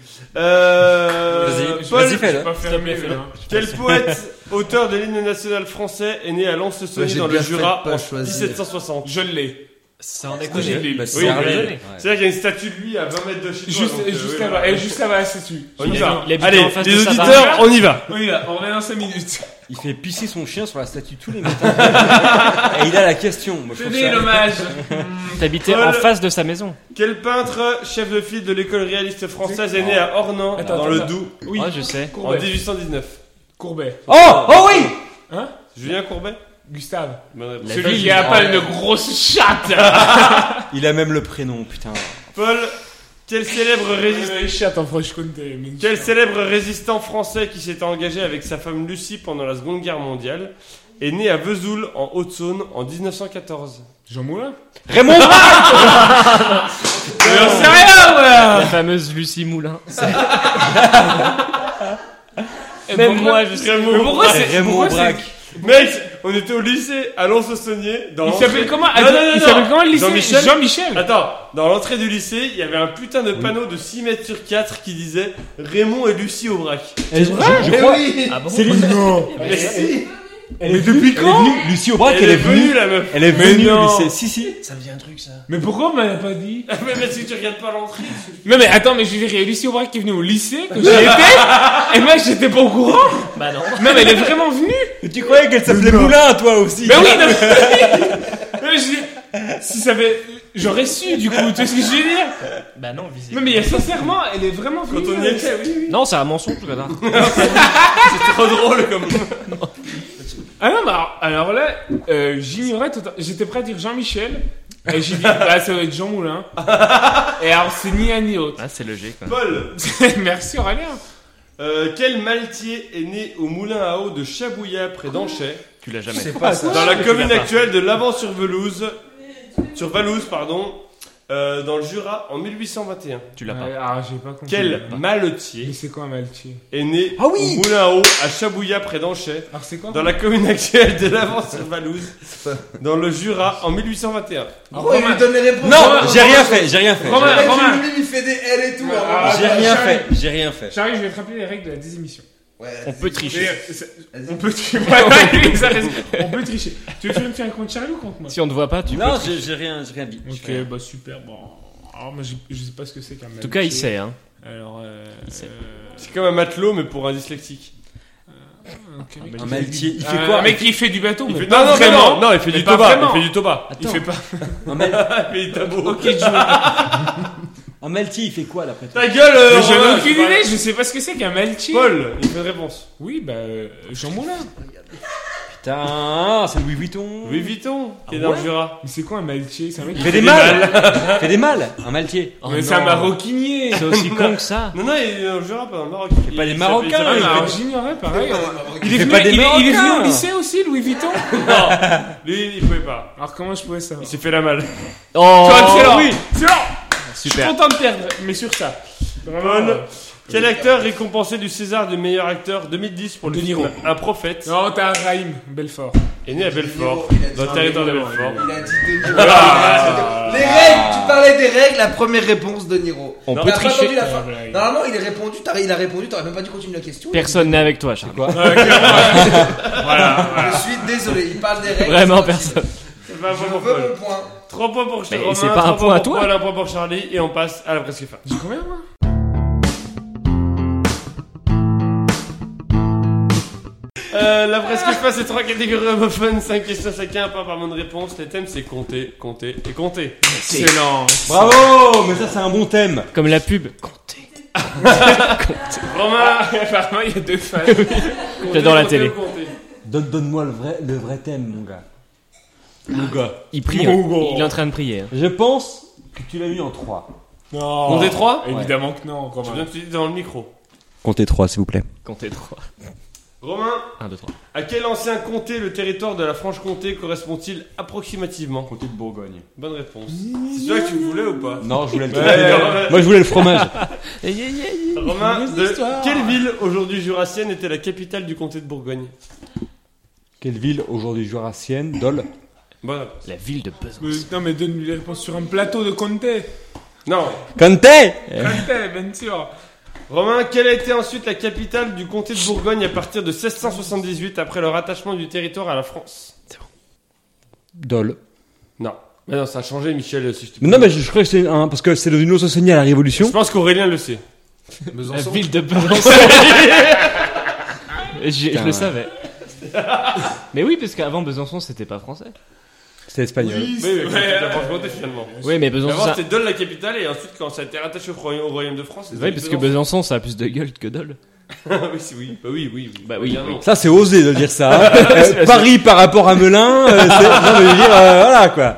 S4: Euh,
S5: Vas-y,
S4: Paul,
S5: vas-y, fais-le.
S3: Je vais pas faire mieux, hein.
S4: Quel poète, auteur de l'hymne national français, est né à
S2: Bah,
S4: Lens-Saunier
S2: j'ai
S4: dans le
S2: bien fait
S4: Jura
S2: de pas
S4: en
S2: choisir.
S4: 1760
S3: Je l'ai.
S7: Ça en est
S3: Oui, j'ai
S7: connu.
S3: l'ai.
S5: Bah,
S4: Oui,
S5: c'est Harlem.
S3: désolé.
S5: Ouais.
S4: C'est-à-dire qu'il y a une statue de lui à 20 mètres de chez toi.
S3: Juste,
S4: donc, euh,
S3: juste
S4: oui,
S3: là-bas,
S4: voilà.
S3: et juste là-bas, c'est tu.
S4: On Oh, y
S1: Il
S4: va.
S1: habite- il habite
S4: Allez,
S1: en face de
S4: les
S1: sa
S4: auditeurs,
S3: barbe.
S4: on y va.
S3: Oui, là, on revient dans 5 minutes.
S5: Il fait pisser son chien sur la statue tous les matins. Et il a la question. Moi, je trouve
S3: Tenez
S5: ça-
S3: l'hommage. Hmm,
S1: T'habitais
S4: Paul.
S1: en face de sa maison.
S4: Quel peintre, chef de file de l'école réaliste française, est né à Ornans,
S3: Attends,
S4: dans
S3: attends,
S4: le
S3: attends.
S4: Doubs,
S3: Oui,
S2: Ah,
S1: Ouais, Ah, je sais.
S4: en
S3: Courbet.
S4: 1819
S3: Courbet.
S5: Oh, oh oui
S4: Julien Courbet
S3: Gustave.
S4: Bonne réponse.
S1: La
S3: Celui
S1: ville.
S3: qui a
S5: Ah
S3: pas
S5: ouais.
S3: une grosse chatte.
S5: Il a même le prénom, putain.
S4: Paul, quel célèbre résistant
S3: Les chattes en Franche-Comté. mais-
S4: Quel célèbre résistant français qui s'était engagé avec sa femme Lucie pendant la Seconde Guerre mondiale est né à Vesoul en Haute-Saône en 1914
S3: Jean Moulin.
S5: Raymond
S3: Mais on sait rien,
S1: La
S3: ouais.
S1: fameuse Lucie Moulin.
S3: Et
S1: Même
S3: pourquoi-
S1: moi, je sais.
S3: Mais pourquoi Ah, c'est.
S5: Raymond
S3: pourquoi
S5: Braque.
S4: Mec, on était au lycée à Lens-Saunier dans
S3: Il
S4: l'entrée-
S3: s'appelle comment
S4: Non, non, non,
S3: Il
S4: non.
S3: s'appelle comment le lycée
S4: Jean-Michel.
S3: Jean-Michel.
S4: Attends, dans l'entrée du lycée, il y avait un putain de panneau de 6 mètres sur 4 qui disait Raymond et Lucie au braque.
S5: Je, je
S2: Eh
S5: crois.
S2: oui.
S3: Ah,
S5: C'est lui.
S4: Mais si,
S5: Elle est depuis quand Lucie Aubrac,
S4: elle est venue la meuf.
S5: Elle est
S3: Mais
S5: venue au
S3: non.
S5: lycée. Si, si.
S7: Ça me dit un truc ça.
S3: Mais pourquoi on m'a pas dit
S4: Mais est-ce que tu regardes pas l'entrée
S3: Non mais attends, mais je veux dire, il y a Lucie Aubrac qui est venue au lycée, que j'y étais, et moi j'étais pas au courant
S7: Bah non.
S3: Non mais elle est vraiment venue
S5: Mais tu croyais qu'elle s'appelait Moulin, toi aussi
S3: Mais oui, non mais... Non, mais je veux dire, si ça avait... J'aurais su du coup, tu vois ce que je veux dire
S7: Bah non, visiblement.
S3: Non mais il y a sincèrement, elle est vraiment venue
S4: Quand on y
S3: euh,
S4: était, oui,
S1: Non, c'est un mensonge, connard.
S4: C'est trop drôle comme.
S3: Ah non, mais alors, alors là, euh, j'ignorais tout. J'étais prêt à dire Jean-Michel. Et j'ai dit, bah ça doit être Jean Moulin. Et alors c'est ni un ni autre.
S1: Ah, c'est logique. quoi.
S4: Paul,
S3: Merci Aurélien.
S4: euh, quel maltier est né au moulin à eau de Chabouillat près d'Anchet
S1: Tu l'as jamais.
S2: pas ça.
S4: Dans la commune actuelle de Lavant-sur-Velouse, sur Valouse, pardon, euh, dans le Jura en 1821.
S1: Tu l'as pas.
S3: Ouais, Euh, alors j'ai pas compris.
S4: Quel
S3: Mais
S4: maletier
S3: c'est quoi un maltier
S4: est né
S5: Ah oui
S4: au Moulin à Eau à Chabouillat près d'Anchet,
S3: Alors c'est quoi
S4: dans la commune actuelle de Lavant-sur-Valouse, dans le Jura en 1821
S3: Alors,
S2: Pourquoi il
S3: Romain.
S2: lui donne les réponses Ah,
S5: Non, j'ai rien fait, j'ai rien fait.
S3: Romain,
S2: Mec,
S3: Romain.
S2: lui, il fait des L et tout.
S3: Ouais.
S2: hein.
S3: Ah,
S5: J'ai rien
S3: Charlie.
S5: fait, j'ai rien fait.
S3: Charlie, je vais te rappeler les règles de la désémission.
S2: Ouais,
S1: On peut tricher.
S3: Et, euh, c'est-
S2: vas-y.
S3: ah, On peut tricher. Ouais, ouais, ça reste- On peut tricher. Tu veux faire me faire contre Charlie ou contre moi
S1: Si on ne voit pas, tu peux.
S5: Non,
S1: En
S5: j'ai j'ai rien, j'ai rien dit. J'ai rien.
S3: Ok, bah super. Bon. Alors, moi, je, je sais pas ce que c'est qu'un En
S1: tout cas, il sait, hein.
S3: Alors, euh.
S1: sait.
S4: C'est comme un matelot, mais pour un dyslexique.
S5: Un maltier, il fait
S3: Euh,
S5: quoi
S3: Un mec qui fait du bateau. mais
S4: Il fait-
S3: pas
S4: non, non, mais
S3: vraiment.
S4: non, non, il fait
S3: Mais
S4: du
S3: pas
S4: toba,
S3: vraiment.
S4: il fait du toba.
S3: Il fait pas.
S5: Un mal-
S4: Il fait du tabou.
S3: Ok, Joe.
S5: un Un Malti, il fait quoi là après toi
S4: Ta gueule euh,
S3: Mais j'en ai
S4: Romain,
S3: aucune
S4: tu parles-
S3: idée, je sais pas ce que c'est qu'un melty.
S4: Paul, il fait une réponse.
S3: Oui, bah, euh, Jean Moulin.
S5: Putain, c'est Louis Vuitton.
S4: Louis Vuitton, qui est
S5: Ah
S4: dans
S5: ouais
S4: le Jura.
S3: Mais c'est quoi un melty C'est un mec
S5: Il
S3: qui
S5: fait des
S3: fait
S5: mâles Il fait des mâles Un Maltier.
S1: Oh
S3: Mais c'est un
S1: non.
S3: maroquinier.
S1: C'est aussi con que ça.
S4: Non, non, il est dans le Jura, pas dans le Maroc. Il
S5: pas des
S4: s'appelle-
S5: Marocains,
S4: il s'appelle-
S3: Ah,
S5: il
S3: mais
S5: fait-
S3: alors, Junior, ouais, pareil. Il est
S5: fait
S3: venu-
S5: pas des
S3: il est- il est venu
S5: Marocains.
S3: au lycée aussi, Louis Vuitton
S4: Non, lui, il pouvait pas.
S3: Alors comment je pouvais savoir
S4: Il s'est fait la malle.
S1: Oh,
S4: Toi, excellent.
S1: oui.
S4: Excellent.
S3: Je suis
S1: Super.
S3: content de perdre, mais sur ça. Vraiment,
S4: Paul,
S3: euh,
S4: quel acteur récompensé du César du meilleur acteur 2010 pour le
S3: De
S4: film
S3: Niro.
S4: Un prophète
S3: Non, t'as Raïm Belfort.
S4: est né à Belfort,
S2: Il a dit
S4: dans le
S2: un
S4: territoire de
S3: Niro,
S4: Belfort.
S2: Il a dit De Niro. Les règles, tu parlais des règles, la première réponse de Niro.
S1: On
S4: Non,
S1: peut
S4: mais
S2: T'as pas entendu
S1: tricher.
S2: la fin. Normalement, il a répondu, t'as- il a répondu, t'aurais même pas dû continuer la question.
S1: Personne n'est avec toi, Charles.
S2: Je suis désolé, il parle des règles.
S1: Vraiment personne.
S4: C'est pas un
S2: Je
S4: point pour
S2: veux
S4: Paul.
S2: mon point.
S4: 3 points pour
S1: Mais
S4: Romain,
S1: c'est pas
S4: trois
S1: un point à
S4: pour
S1: toi.
S4: Paul, un point pour Charlie, et on passe à la presque fin.
S3: J'ai combien, moi
S4: Euh, la presque fin, c'est 3 catégories homophones, 5 questions chacun, un point par bonne réponse. Les thèmes, c'est compter, compter et compter.
S3: Excellent.
S5: Bravo Mais ça, c'est un bon thème.
S1: Comme la pub. Comptez.
S4: Romain,
S3: Apparemment, il y a deux fans.
S1: J'adore la
S4: compter,
S1: télé.
S4: compter, compter.
S5: Donne, donne-moi le vrai, le vrai thème, mon gars. Mon gars.
S1: Il prie. hein. Il est en train de prier. hein.
S5: Je pense que tu l'as mis en 3. Oh.
S3: Non.
S4: Compter 3
S3: Évidemment que non, quand
S4: Je veux bien
S3: même.
S4: que tu dises dans le micro.
S5: Comptez 3, s'il vous plaît.
S1: Comptez 3.
S4: Romain,
S1: 1, 2, 3.
S4: à quel ancien comté le territoire de la Franche-Comté correspond-il approximativement
S5: Comté de Bourgogne.
S4: Bonne réponse. C'est celui que tu voulais ou pas
S5: Non, je voulais le
S4: Ouais.
S5: Moi, je voulais le fromage.
S4: Romain,
S3: Mauvaise
S4: de
S3: histoire.
S4: quelle ville aujourd'hui jurassienne était la capitale du comté de Bourgogne
S5: Quelle ville aujourd'hui jurassienne Dol.
S4: Bonne réponse.
S1: La ville de Besançon.
S3: Mais- Non, mais donne-lui les réponses sur un plateau de Conte.
S1: Eh.
S4: Non.
S5: Comté
S3: Conte, bien sûr.
S4: Romain, quelle a été ensuite la capitale du comté de Bourgogne à partir de 1678 après le rattachement du territoire à la France
S5: Dol.
S4: Non. Mais non, ça a changé, Michel, si je te
S5: Mais non, mais je, je crois que c'est un. Parce que c'est dans une eau saucenier à la Révolution.
S4: Je pense qu'Aurélien le sait.
S1: La ville de Besançon. je, je le savais. Mais oui, parce qu'avant Besançon, c'était pas français.
S5: C'est espagnol.
S4: Oui, oui, c'est la Franche-Comté finalement.
S1: Oui, mais Besançon.
S4: D'abord,
S1: Ça...
S4: c'est Dole la capitale et ensuite, quand ça a été rattaché au royaume, au royaume de France,
S1: Oui, parce que Besançon, ça a plus de gueule que Dole.
S4: Ah oui, c'est- oui, bah oui, oui, oui.
S1: Bah oui,
S4: Évidemment.
S5: Ça, c'est osé de dire ça. hein. Euh, Paris par rapport à Melun, euh, c'est. Non, mais je veux dire, euh, voilà quoi.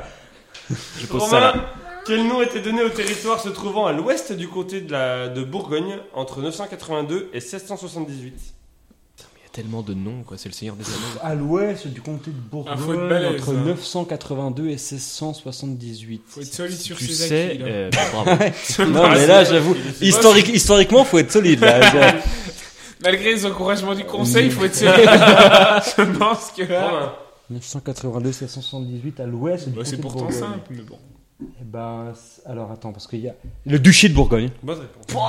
S1: Je pose ça
S4: Romain,
S1: là.
S4: quel nom était donné au territoire se trouvant à l'ouest du comté de, la, de Bourgogne entre 982 et 1678
S1: Il y a tellement de noms, quoi. C'est le Seigneur des Anneaux.
S5: À l'ouest du comté de
S3: Un faux de balèze, hein.
S5: 982 et 1678.
S3: Faut être solide sur
S1: Tu
S3: ses
S1: sais.
S3: acquis, là.
S1: euh, bah, bravo.
S5: Non, mais là, j'avoue, historique, historiquement, faut être solide. Là.
S3: Malgré les encouragements du conseil, il faut être solide. Bah, je pense que là.
S4: Romain,
S5: 982, 778 à l'ouest. du
S3: Bah, c'est
S5: comté de
S3: pourtant
S5: Bourgogne.
S3: simple, mais bon.
S5: Eh ben, c'est- alors attends, parce qu'il y a. Le duché de Bourgogne.
S4: bonne réponse.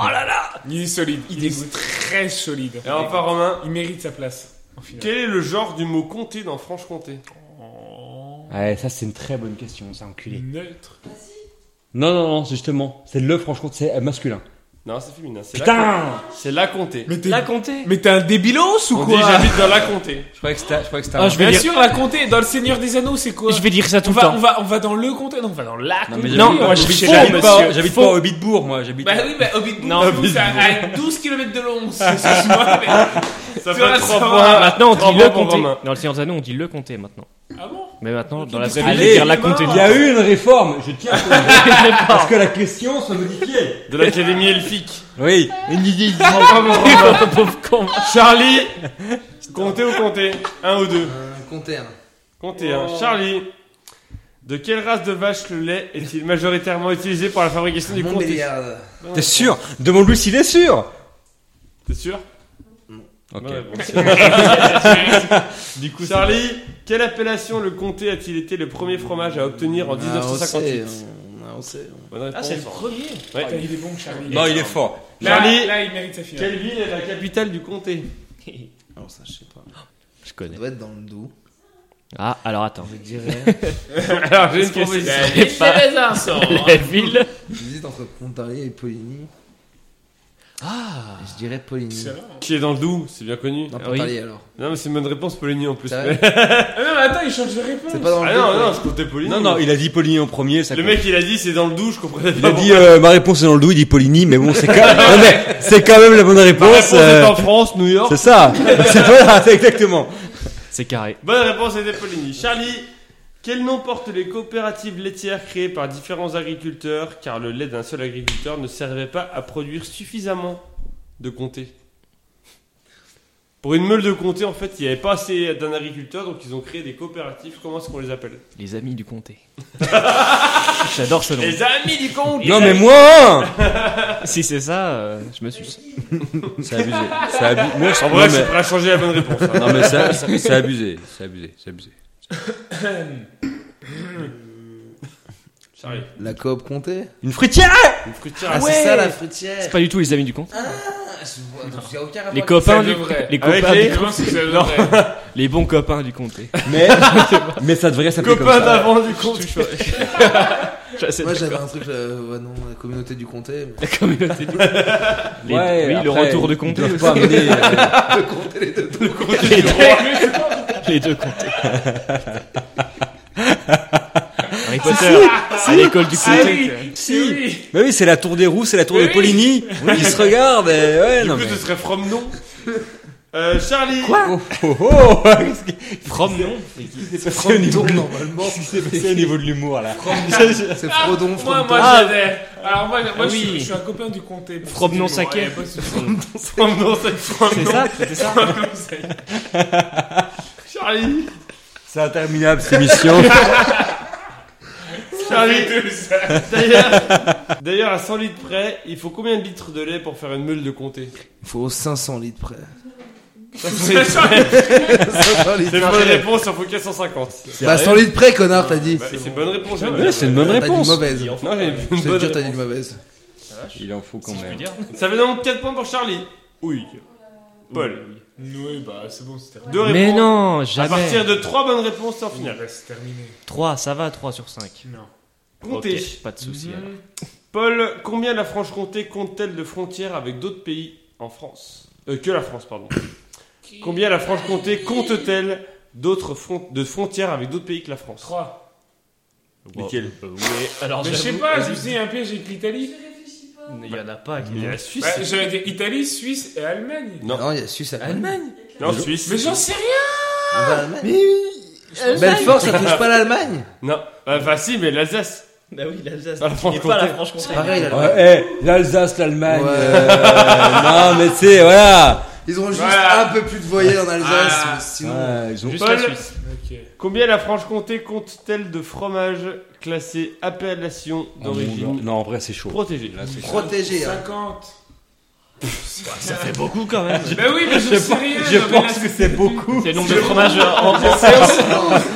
S3: Il est solide. Il est très solide.
S4: Et enfin, Romain,
S3: Il mérite sa place en finale.
S4: quel est le genre du mot comté dans Franche-Comté
S3: Oh,
S5: Ouais, ça c'est une très bonne question, ça enculé.
S3: Neutre.
S5: Non, non, non, justement, c'est le franchement, c'est euh, masculin.
S4: Non, c'est féminin, c'est la,
S5: Putain
S4: c'est la comté.
S3: Mais t'es,
S1: comté
S3: mais t'es un débilos ou
S4: On dit
S3: quoi
S4: j'habite dans la comté.
S5: Je croyais que c'était, je croyais que c'était.
S1: Ah, je vais
S3: Bien
S1: dire,
S3: sûr, la comté. Dans le Seigneur des Anneaux, c'est quoi
S1: je vais dire ça tout
S3: on
S1: le
S3: va, on,
S1: temps.
S3: va, on va dans le comté, non, on va dans la comté.
S1: Non, moi, je suis chez la- monsieur.
S5: j'habite
S1: Faux.
S5: pas au Bitbourg, moi, j'habite.
S3: Bah oui, bah Hobbitbourg,
S1: Non,
S3: nous, c'est à à 12 km de Lons. Excuse-moi, mais.
S4: Ça
S3: Tu
S4: fait
S3: vas
S4: 3
S3: savoir.
S4: points.
S1: Maintenant, on
S4: Trois
S1: dit
S4: points
S1: le
S4: pour Romain.
S1: comté. Dans le Seigneur des Anneaux, on dit le comté maintenant.
S3: Ah bon
S1: Mais maintenant, dans la vraie vie,
S3: Allez,
S1: je vais dire la
S3: il est
S1: comté.
S5: Il y a eu une réforme, je tiens à te Parce que la question soit modifiée.
S4: De l'académie elfique.
S5: Oui.
S1: Pauvre con.
S4: Charlie, comté ou comté Un ou deux
S2: Euh, Comptez un.
S4: Comptez, hein. Charlie, de quelle race de vache le lait est-il majoritairement utilisé pour la fabrication du comté
S2: Montbéliard.
S5: T'es sûr Demande-lui s'il est sûr.
S4: T'es sûr
S5: Ok.
S4: Bonne réponse. du coup, Charlie, quelle appellation le comté a-t-il été le premier fromage à obtenir
S5: Ah,
S4: en 1958
S2: on sait.
S5: hein.
S4: Bonne réponse.
S3: Ah, premier
S4: Ouais.
S3: Putain, Il est bon, Charlie.
S5: Non, il est fort.
S3: Là,
S4: Charlie.
S3: là, il mérite sa finale.
S4: Quelle ville est la capitale du comté
S2: Alors ça, je sais pas.
S1: Je
S2: Ça
S1: connais.
S2: doit être dans le doux.
S1: Ah, alors attends.
S2: Je dirais.
S4: Alors, j'ai une
S1: que c'est-
S4: proposition.
S1: pas- La ville.
S2: J'hésite entre Pontarlier et Poligny. Ah Je dirais Poligny.
S3: Excellent.
S4: Qui est dans le Doubs, c'est bien connu.
S2: Non,
S4: Non,
S1: Oui.
S2: Pontarlier alors.
S4: mais c'est une bonne réponse, Poligny en plus.
S2: Ça
S4: Mais-
S3: Ah non, mais attends, il change de réponse.
S2: C'est pas dans le
S4: Ah
S2: Doubs,
S4: non, non,
S2: Poligny.
S4: je comptais Poligny.
S5: Non, non, il a dit Poligny en premier. Ça
S4: Le
S5: compte.
S4: mec, il a dit c'est dans le Doubs, je comprenais
S5: Il
S4: pas
S5: a dit euh, ma réponse est dans le doux, il dit Poligny, mais bon, c'est quand, non, mais c'est quand même la bonne
S4: pourquoi. Ma
S5: réponse.
S4: réponse
S5: euh,
S4: est en France, New York.
S5: c'est ça. c'est voilà, c'est exactement.
S1: C'est carré.
S4: Bonne réponse était Poligny. Charlie, quel nom portent les coopératives laitières créées par différents agriculteurs car le lait d'un seul agriculteur ne servait pas à produire suffisamment de comté Pour une meule de comté, en fait, il n'y avait pas assez d'un agriculteur, donc ils ont créé des coopératives. Comment est-ce qu'on les appelle
S1: Les amis du comté. J'adore ce nom.
S4: Les amis du comté
S5: Non, mais moi, hein.
S1: Si c'est ça, euh, je me suis.
S8: C'est abusé. C'est abusé. Moi, je
S4: En vrai, c'est prêt à changer la bonne réponse. hein.
S8: Non, mais ça, ça- c'est abusé. C'est abusé. C'est abusé.
S4: Charlie,
S2: La coop comté
S5: une fruitière.
S4: une
S2: Ah,
S4: fruitière.
S2: c'est ça la fruitière
S1: C'est pas du tout les amis du comté.
S2: Ah, je vois, donc, j'ai aucun rapport
S1: Les
S2: avec-
S1: copains
S3: ça
S1: du
S3: devrait.
S1: les
S4: Avec
S1: copains
S4: les-
S1: du-
S3: Je pense que ça devrait.
S1: les bons copains du comté.
S5: Mais, mais ça devrait s'appeler comme
S4: Copain
S5: ça.
S4: d'avant du comté.
S2: Moi j'avais un truc, euh, ouais, non, la communauté du comté. mais-
S1: La communauté du Les-
S5: Ouais,
S1: oui, le
S5: après,
S1: retour de
S5: ils
S1: comté.
S5: doivent
S1: aussi.
S5: pas amener, euh,
S2: Le comté, les deux. trucs.
S1: les, deux, les deux comtés. Harry Potter, à l'école du comté.
S5: si. Bah oui, c'est la tour des roues, c'est la tour de Poligny. Ils se regardent. Et, ouais,
S4: Du
S5: non
S4: coup,
S5: mais.
S4: ce serait From Non. Euh, Charlie
S5: Oh, oh, oh. Qu'est-ce qui-
S1: From non.
S5: qu'est-ce qui s'est passé au niveau-
S2: Frodon, normalement.
S5: qu'est-ce qui s'est passé au niveau de l'humour là
S2: C'est Frodon,
S3: Moi,
S2: Frodon.
S3: moi,
S1: Ah.
S3: j'avais. Alors, moi, moi,
S1: Ah
S3: je, suis,
S1: oui.
S3: je suis un copain du comté. Bon,
S1: From
S3: c'est
S1: non
S3: bon,
S1: saké.
S3: ouais, pas de souci.
S4: From Non, c'est From
S1: C'est
S4: Non.
S1: ça, c'était ça.
S4: Charlie
S5: C'est interminable cette émission.
S4: Charlie D'ailleurs, d'ailleurs, à 100 litres près, il faut combien de litres de lait pour faire une meule de comté
S2: Faut 500 litres près.
S4: C'est
S2: litres
S4: une bonne réponse, il faut 450.
S2: Bah 100 litres près, connard, t'as dit.
S4: Bah, c'est une bonne réponse.
S5: Ouais, c'est une bonne
S2: T'as dit
S5: réponse.
S2: mauvaise.
S4: Non, j'ai une
S2: Je te
S4: bonne
S2: jure, t'as dit
S4: réponse.
S2: une mauvaise.
S5: Il en faut quand même.
S4: Ça fait donc 4 points pour Charlie. Oui. Paul.
S3: Oui, bah, c'est bon, c'est terminé.
S4: Deux réponses.
S1: Mais non,
S4: À partir
S1: jamais.
S4: de 3 bonnes réponses, c'est en
S3: Oui,
S4: finale.
S3: bah, c'est terminé.
S1: 3, ça va, 3 sur 5.
S3: Non.
S4: Comté.
S1: pas de
S3: Mm.
S2: Mhm.
S1: soucis. alors.
S4: Paul, combien la Franche-Comté compte-t-elle de frontières avec d'autres pays en France Euh, Que la France, pardon. combien la Franche-Comté compte-t-elle d'autres fron- de frontières avec d'autres pays que la France
S3: 3.
S4: Lesquels
S7: Alors,
S3: Mais je sais
S7: j'avoue,
S3: pas, je
S7: vas-y.
S3: me suis dit, un piège avec l'Italie.
S6: Je réfléchis pas.
S1: Il y en a pas qui.
S4: Il y a la Suisse.
S3: Bah, j'allais dire Italie, Suisse et Allemagne.
S4: Non.
S2: Non, Oh, il y a Suisse, Allemagne.
S4: Non, Suisse.
S3: Mais j'en sais rien.
S2: On va à l'Allemagne. Mais oui Belfort, ça touche pas l'Allemagne.
S4: Non. Bah, bah, si, mais l'Alsache.
S1: Bah oui, l'Alsace.
S4: Pas la
S1: Il est pas la
S4: Franche-Comté.
S1: Franche-Comté.
S2: Pareil, l'Allemagne.
S5: Ouais, eh, L'Alsace, l'Allemagne.
S2: Ouais.
S5: euh, non, mais tu sais, voilà.
S2: Ils ont juste
S3: Voilà.
S2: un peu plus de voyelles en Alsace,
S3: Ah.
S2: mais sinon.
S5: Ouais, ils ont-
S1: Juste
S4: Paul.
S1: la Suisse.
S3: Ok.
S4: Combien la Franche-Comté compte-t-elle de fromages classés appellation d'origine
S5: Ah, Non, en vrai, c'est chaud.
S4: protégée
S2: Protégé, hein.
S3: 50.
S1: Ça fait beaucoup quand même.
S3: Bah oui, mais je sais rien.
S5: Je pense que c'est beaucoup.
S1: C'est le nombre de fromages en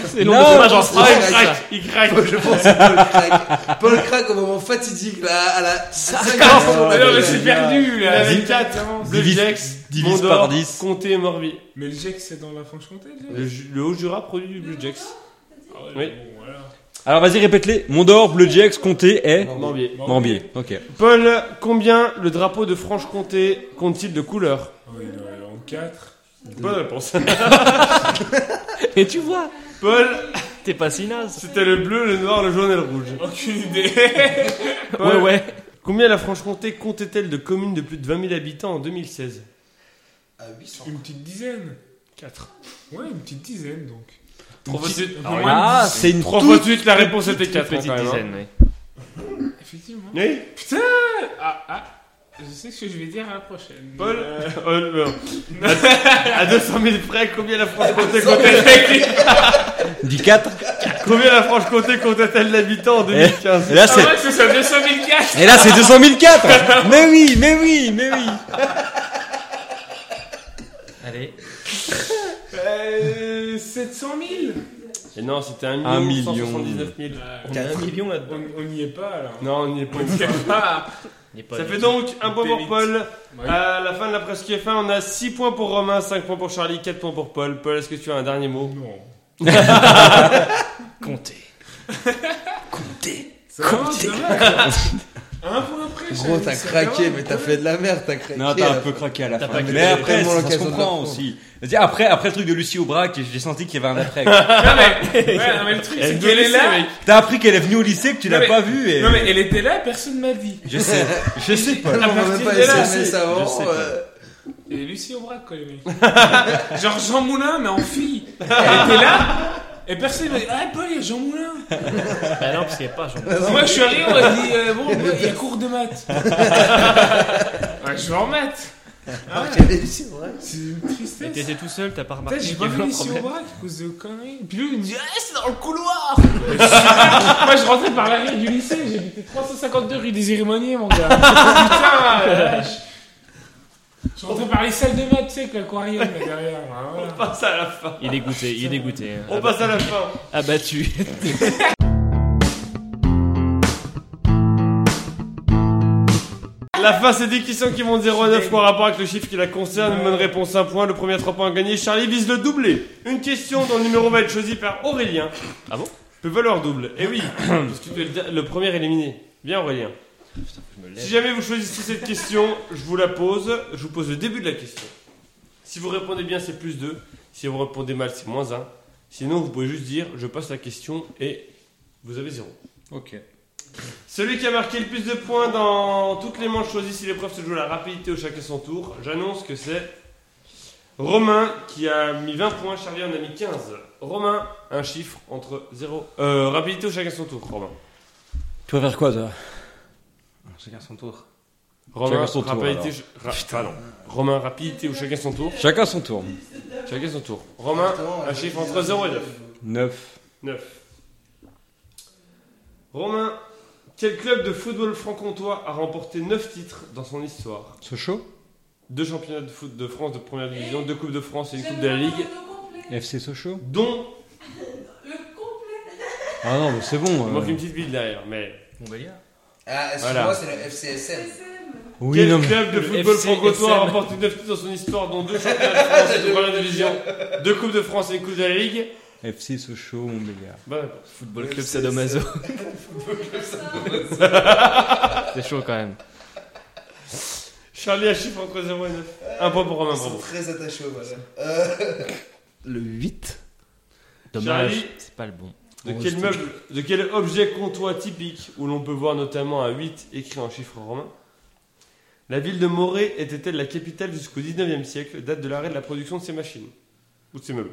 S1: C'est le nombre
S5: Non,
S1: de fromages en
S2: c'est
S1: France.
S2: vrai, ça.
S4: Il craque.
S2: Je pense que Paul craque. Paul craque au moment fatidique, là, à la. 50 secondes
S3: Mais Ah non, mais
S2: après.
S3: j'ai perdu
S4: Il
S3: là.
S4: avait
S3: J'ai
S4: quatre.
S3: vraiment-
S4: Le
S5: Divise-
S4: Gex,
S5: divise
S4: Mondor,
S5: par dix.
S4: Comté et Morbi.
S3: Mais le Gex, c'est dans la Franche-Comté déjà
S4: Le, Ju- le Haut-Jura produit du Blue Gex.
S3: Ah ouais,
S4: Oui.
S3: bon, voilà.
S5: Alors, vas-y, répète-les. Mondor, Bleu Jex, Comté et
S4: Morbier.
S5: Morbier. Ok.
S4: Paul, combien le drapeau de Franche-Comté compte-t-il de couleurs
S3: Oh, il doit aller en 4.
S4: Bonne réponse.
S1: Et tu vois,
S4: Paul,
S1: t'es pas si naze.
S4: c'était le bleu, le noir, le jaune et le rouge.
S3: Aucune idée.
S4: Paul,
S1: Ouais, ouais.
S4: Combien la Franche-Comté comptait-elle de communes de plus de 20 000 habitants en 2016
S2: Ah, 800.
S3: Une petite dizaine. 4. Ouais, une petite dizaine donc.
S4: Trois fois de suite.
S3: Ah,
S5: Ah, c'est une
S4: Trois
S5: toute-
S4: fois de suite, la réponse était hein, 4
S1: Petite dizaine, ouais.
S3: Effectivement.
S4: Oui
S3: Ah, ah. Je sais ce que je vais dire à la prochaine.
S4: Paul
S3: Euh,
S4: euh, non. à, à 200 000 près, combien la Franche-Comté comptait-
S3: Ah
S5: Dis 4.
S4: combien la Franche-Comté comptait-elle d'habitants en
S1: Eh.
S4: 2015
S5: Et là, Ah, c'est.
S3: Ah ouais, c'est ça, 200 000 cash.
S5: Et là, c'est 200 000 4. Mais oui, mais oui, mais oui.
S1: Allez.
S3: Euh, 700 000
S4: Et non, c'était
S5: Un
S4: 1
S5: million.
S4: 179 000.
S3: Ah,
S2: T'as un
S1: million là-dedans.
S3: On on n'y est pas alors. Ah.
S4: Non, on n'y est pas.
S3: On n'y est pas.
S4: Ça fait donc un point pour
S3: Pépite.
S4: Paul. Euh,
S3: Ouais.
S4: À la fin de la presque F1, on a 6 points pour Romain, 5 points pour Charlie, 4 points pour Paul. Paul, est-ce que tu as un dernier mot
S3: Non.
S1: compter.
S3: C'est vraiment dommage. Un point près.
S2: Gros,
S3: c'est-
S2: t'as
S3: c'est
S2: craqué,
S3: vraiment
S2: mais
S3: un
S2: t'as
S3: problème.
S2: fait de la merde, t'as craqué.
S5: Non, t'as un
S2: là.
S5: peu craqué à la
S7: T'as
S5: fin.
S7: pas
S5: Mais
S7: craqué.
S5: après,
S2: Tellement
S5: ça, ça se
S2: l'occasion de
S5: comprend
S2: le prendre.
S5: aussi. C'est-à-dire, Après, après le truc de Lucie Aubrac, j'ai senti qu'il y avait un après. quoi.
S3: Ouais, non, mais le truc,
S4: Elle
S3: c'est
S4: doit
S3: qu'elle est
S4: laisser,
S3: là.
S4: mec.
S5: T'as appris qu'elle est venue au lycée, que tu
S3: Non,
S5: l'as
S3: mais-
S5: pas vue. Et...
S3: Non, mais elle était là, personne m'a dit.
S5: Je sais, je sais pas.
S2: On
S3: À
S2: m'a
S3: partir
S2: même pas
S3: de là,
S2: SMS
S3: c'est-
S2: avant.
S4: je sais
S2: euh,
S3: Et Lucie Aubrac, quoi, les mecs. Genre Jean Moulin, mais en fille. Elle était là. Et personne m'a dit, ah, Paul, il y a Jean Moulin.
S7: Bah non, parce qu'il n'y a pas, genre.
S3: Moi, je suis arrivé, on m'a dit, euh, bon, il y a cours de maths. Ouais, je vais en maths. Ah ouais,
S2: quelle émission, ouais.
S3: c'est une
S7: Mais
S3: tristesse.
S7: t'étais tout seul, t'as pas remarqué
S3: Putain, j'ai
S7: qu'il y
S3: pas
S7: avait
S3: vu
S7: un
S3: Lucie
S7: problème.
S3: Aubrac à cause de conneries. Puis lui, il me dit, ah, c'est dans le couloir. Moi, je rentrais par l'arrière du lycée, j'habitais 352 rue des Irmoniers, mon gars. Putain, la vache. Je rentrais par les salles de maths, tu sais, avec l'aquarium là derrière. Ah, voilà.
S4: passe à la fin.
S7: Il est dégoûté, il est dégoûté.
S1: hein.
S4: On passe à la fin.
S7: Abattu.
S4: La fin, c'est 10 questions qui vont de 0 à 9, quoi rapport avec le chiffre qui la concerne. Une bonne réponse, 1 point. Le premier à 3 points à gagner. Charlie vise le doublé. Une question dont le numéro va être choisi par Aurélien.
S7: Ah bon
S4: Peut valoir double. Eh oui, parce que tu es le da- le premier éliminé. Bien, Aurélien. Si jamais vous choisissez cette question, je vous la pose. Je vous pose le début de la question. Si vous répondez bien, c'est plus 2. Si vous répondez mal, c'est moins 1. Sinon, vous pouvez juste dire je passe la question et vous avez 0.
S5: Ok.
S4: Celui qui a marqué le plus de points dans toutes les manches choisies, si l'épreuve se joue à la rapidité ou chacun son tour, j'annonce que c'est Romain qui a mis 20 points, Charlie en a mis 15. Romain, un chiffre entre 0. Euh, rapidité ou chacun son tour, Romain.
S5: Tu vas faire quoi, toi Chacun son tour.
S4: Romain,
S5: Chacun son tour,
S4: rapidité,
S5: alors.
S4: ch- ra- pardon. Romain, rapidité ou chacun son tour
S5: Chacun son tour.
S4: Chacun son tour. Romain, un chiffre entre 0 et 9.
S5: 9.
S4: 9. Romain, quel club de football franc-comtois a remporté 9 titres dans son histoire
S5: Sochaux
S4: deux championnats de foot de France de première division, deux coupes de France et une coupe de la Ligue,
S5: FC Sochaux
S4: dont
S6: Le complet.
S5: Ah non, mais c'est bon.
S4: il
S5: euh.
S4: manque une petite ville derrière. Mais
S7: Montbéliard
S2: Ah, excuse-moi,
S4: Voilà.
S2: c'est le FCSM.
S5: Oui,
S4: quel
S5: non, mais.
S4: club de
S7: Le
S4: football
S7: FC
S4: franc-comtois a
S7: SM.
S4: remporté 9 titres dans son histoire, dont deux championnats de France et de première division, deux coupes de France et une coupe de la Ligue
S5: FC Sochaux, Montbéliard.
S4: Bonne réponse.
S7: Football Club Sadomaso.
S1: C'est chaud quand même.
S4: Charlie a chiffre entre 0 et 9. Un point pour Romain,
S2: Ils sont
S4: bravo.
S2: très attachés au ballon. Euh,
S1: Le 8. Dommage.
S4: Charlie.
S1: C'est pas le bon.
S4: De quel meuble, de quel objet comtois typique, où l'on peut voir notamment un 8 écrit en chiffres romains La ville de Morée était-elle la capitale jusqu'au 19e siècle, date de l'arrêt de la production de ces machines Ou de ces meubles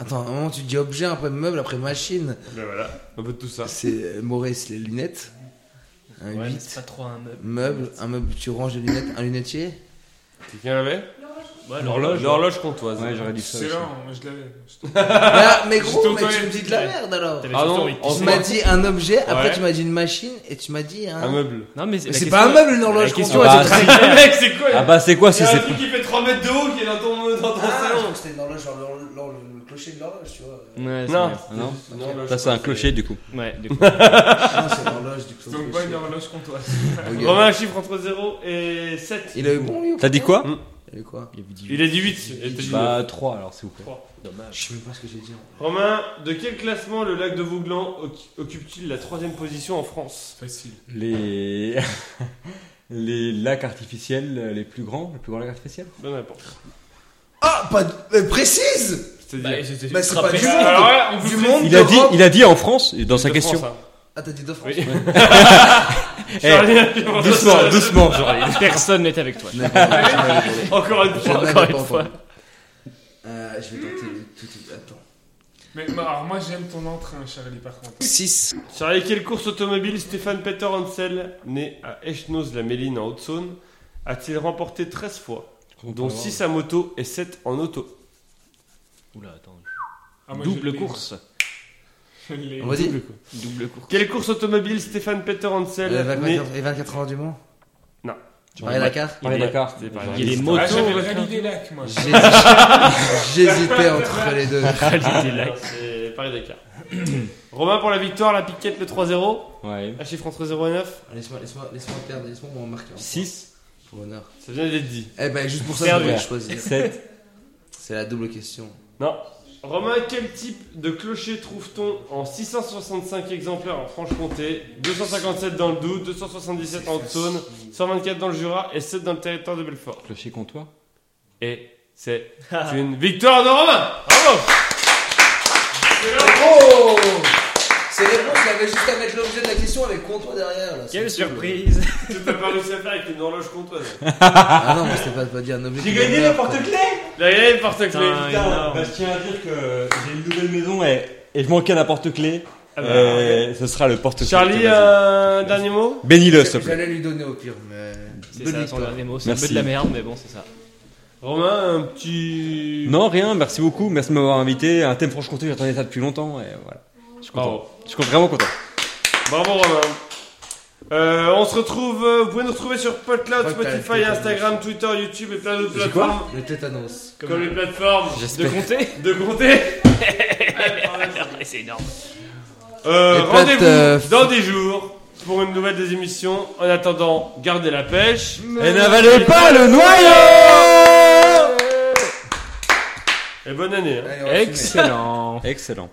S2: Attends, à un moment, tu dis objet, après meuble, après machine.
S4: Ben voilà, un peu de tout ça.
S2: C'est euh, Maurice, les lunettes. Un
S7: Ouais, mais
S2: huit.
S7: c'est pas trop un meuble.
S2: Meuble, un meuble, tu ranges les lunettes, un lunetier
S4: Quelqu'un l'avait
S7: Ouais,
S4: L'horloge. L'horloge comptoise.
S5: Ouais, j'aurais dit ça.
S3: C'est
S5: aussi.
S3: là, moi je l'avais.
S2: Ah, mais
S3: J'étais
S2: gros,
S3: au
S2: mais tu
S3: toilette.
S2: me dis de la merde alors
S7: T'avais
S4: Ah non,
S7: surtout
S4: en
S7: envie
S2: Tu
S4: ce
S7: de-
S2: m'as
S4: moment,
S2: dit un objet, après
S4: Ouais.
S2: tu m'as dit une machine, et tu m'as dit un...
S4: un meuble.
S1: Non, mais
S2: Mais
S1: la
S2: c'est
S1: question-
S2: pas un meuble une
S1: la
S2: horloge,
S1: question-
S2: comptoir,
S5: Ah,
S2: c'est
S5: si.
S2: très-
S4: mec, c'est quoi
S5: Ah bah, c'est quoi si
S4: C'est un
S5: c'est.
S4: truc qui fait 3 mètres de haut qui est dans ton, dans ton
S2: Ah,
S4: salon.
S2: c'était une horloge, genre l'hor- l'hor- le clocher de l'horloge, tu vois.
S1: Ouais, c'est
S4: Non.
S1: vrai.
S5: Ah non
S4: Non,
S5: Ça, c'est un clocher, du coup.
S1: Ouais, du coup.
S2: Ah, non, c'est l'horloge du clocher.
S3: Donc, pas une horloge comptoise.
S2: Ok.
S4: Romain, un chiffre entre 0 et 7.
S2: Il a eu bon, lui, ou
S5: T'as dit quoi
S2: Il a eu quoi
S1: Il avait dit-
S4: Il a dit 8. Et t'as dit neuf.
S5: Bah, 3 alors, s'il vous plaît.
S2: Je sais même pas ce que j'ai dit. en
S4: Romain, de quel classement le lac de Vouglan oc- occupe-t-il la troisième position en France
S3: Facile.
S5: Les. les lacs artificiels euh, les plus grands, le plus grand lac artificiel
S4: Bonne réponse.
S2: Ah, pas de- mais précise
S4: C'est-à-dire.
S7: Bah, c'était
S2: Bah, c'est
S7: ultra
S2: pas du
S7: précis.
S2: monde.
S3: Alors là, on
S2: Du
S3: vous
S2: monde,
S5: Il a dit,
S2: d'Europe.
S5: il a dit en France, dans sa
S4: de
S5: question.
S4: France,
S2: Ah, t'as dit de France.
S4: Oui. hein.
S5: Eh,
S4: Charlie, un chiffre entre
S5: doucement,
S4: zéro.
S5: doucement, genre.
S1: Personne n'était avec toi.
S4: Encore une fois.
S2: Encore une fois. Euh, je vais tenter tout de suite. Attends.
S3: Mais mais alors, moi, j'aime ton entrain, Charlie, par contre.
S2: 6.
S4: Charlie, quelle course automobile Stéphane Peter Hansel, né à Echnoz-la-Méline en Haute-Saône, a-t-il remporté 13 fois, dont 6 à moto et 7 en auto
S1: Oula, attends.
S3: Ah, moi, je
S1: Double
S3: l'ai.
S1: course.
S3: Je l'ai.
S2: On va dire
S1: Double course.
S4: Quelle course automobile Stéphane Peter Hansel,
S7: Euh,
S2: les
S4: né...
S2: 24 les 24 Euh, heures du Mans
S4: Non.
S2: Paris-Dakar
S5: Paris Dakar.
S4: C'est pas
S1: Il y a des
S4: grave.
S3: Ah,
S1: motos.
S3: j'avais le
S1: machin.
S3: rallye des lacs, moi.
S2: J'hési- J'hésitais entre les deux.
S4: Ah,
S1: Rallye des
S4: Non,
S1: lacs.
S4: C'est Paris-Dakar. Romain pour la victoire, la piquette, le Ah, 3-0,
S5: Ouais.
S4: un chiffre entre 0 et 9,
S2: Laisse-moi laisse-moi- laisse-moi perdre, laisse-moi m'en marquer.
S5: 6,
S2: Pour honneur.
S4: ça vient d'être dit.
S2: Eh ben, juste pour ça, je
S4: Perdu.
S2: vais choisir.
S5: 7.
S2: C'est la double question.
S4: Non, Romain, quel type de clocher trouve-t-on en 665 exemplaires en Franche-Comté, 257 dans le Doubs, 277 en Saône, 124 dans le Jura et 7 dans le territoire de Belfort Ah.
S1: Clocher comptoir
S4: Et c'est une victoire de Romain Bravo
S2: Oh Ces réponses, il avait juste à mettre l'objet de la question avec comptoir derrière. Là.
S7: Quelle surprise
S4: Tu peux pas réussi à faire avec une horloge comptoise.
S2: Ah non, mais c'était pas, pas dire un objet.
S5: J'ai
S2: qui
S5: gagné
S2: vient
S5: le
S2: de-
S5: porte-clés
S4: Là, il y a les porte-clés.
S7: Putain,
S5: Putain,
S7: énorme.
S5: bah, je tiens à dire que j'ai une nouvelle maison et, et je manquais d'un porte-clés.
S4: Ah bah,
S5: et ce sera le porte-clés.
S4: Charlie, euh, un dernier mot
S5: Bénis-le, s'il te plaît.
S2: J'allais lui donner au pire, mais.
S7: C'est
S2: Bonne
S7: ça son
S2: victoire.
S7: dernier mot, c'est un peu
S5: Merci.
S7: de la merde, mais bon, c'est ça.
S4: Romain, un petit.
S5: Non, rien, merci beaucoup, merci de m'avoir invité. Un thème franche-comté, j'attendais ça depuis longtemps et voilà. Je suis content.
S4: Bravo.
S5: Je suis vraiment content.
S4: Bravo Romain. Euh, on se retrouve, euh, vous pouvez nous retrouver sur PodCloud,
S2: Podcloud,
S4: Spotify,
S2: Twitter,
S4: Instagram, Twitter, YouTube et plein d'autres
S2: C'est quoi
S4: plateformes.
S2: Le tétanos.
S4: Comme les plateformes
S7: De compter
S4: de compter.
S7: C'est énorme.
S4: Euh,
S2: Les
S4: Rendez-vous
S2: plateformes.
S4: dans des jours pour une nouvelle des émissions. En attendant, gardez la pêche.
S5: Et n'avalez pas le noyau
S4: Et bonne année.
S2: Allez, on
S4: hein.
S2: va fumer.
S3: Excellent.
S5: Excellent.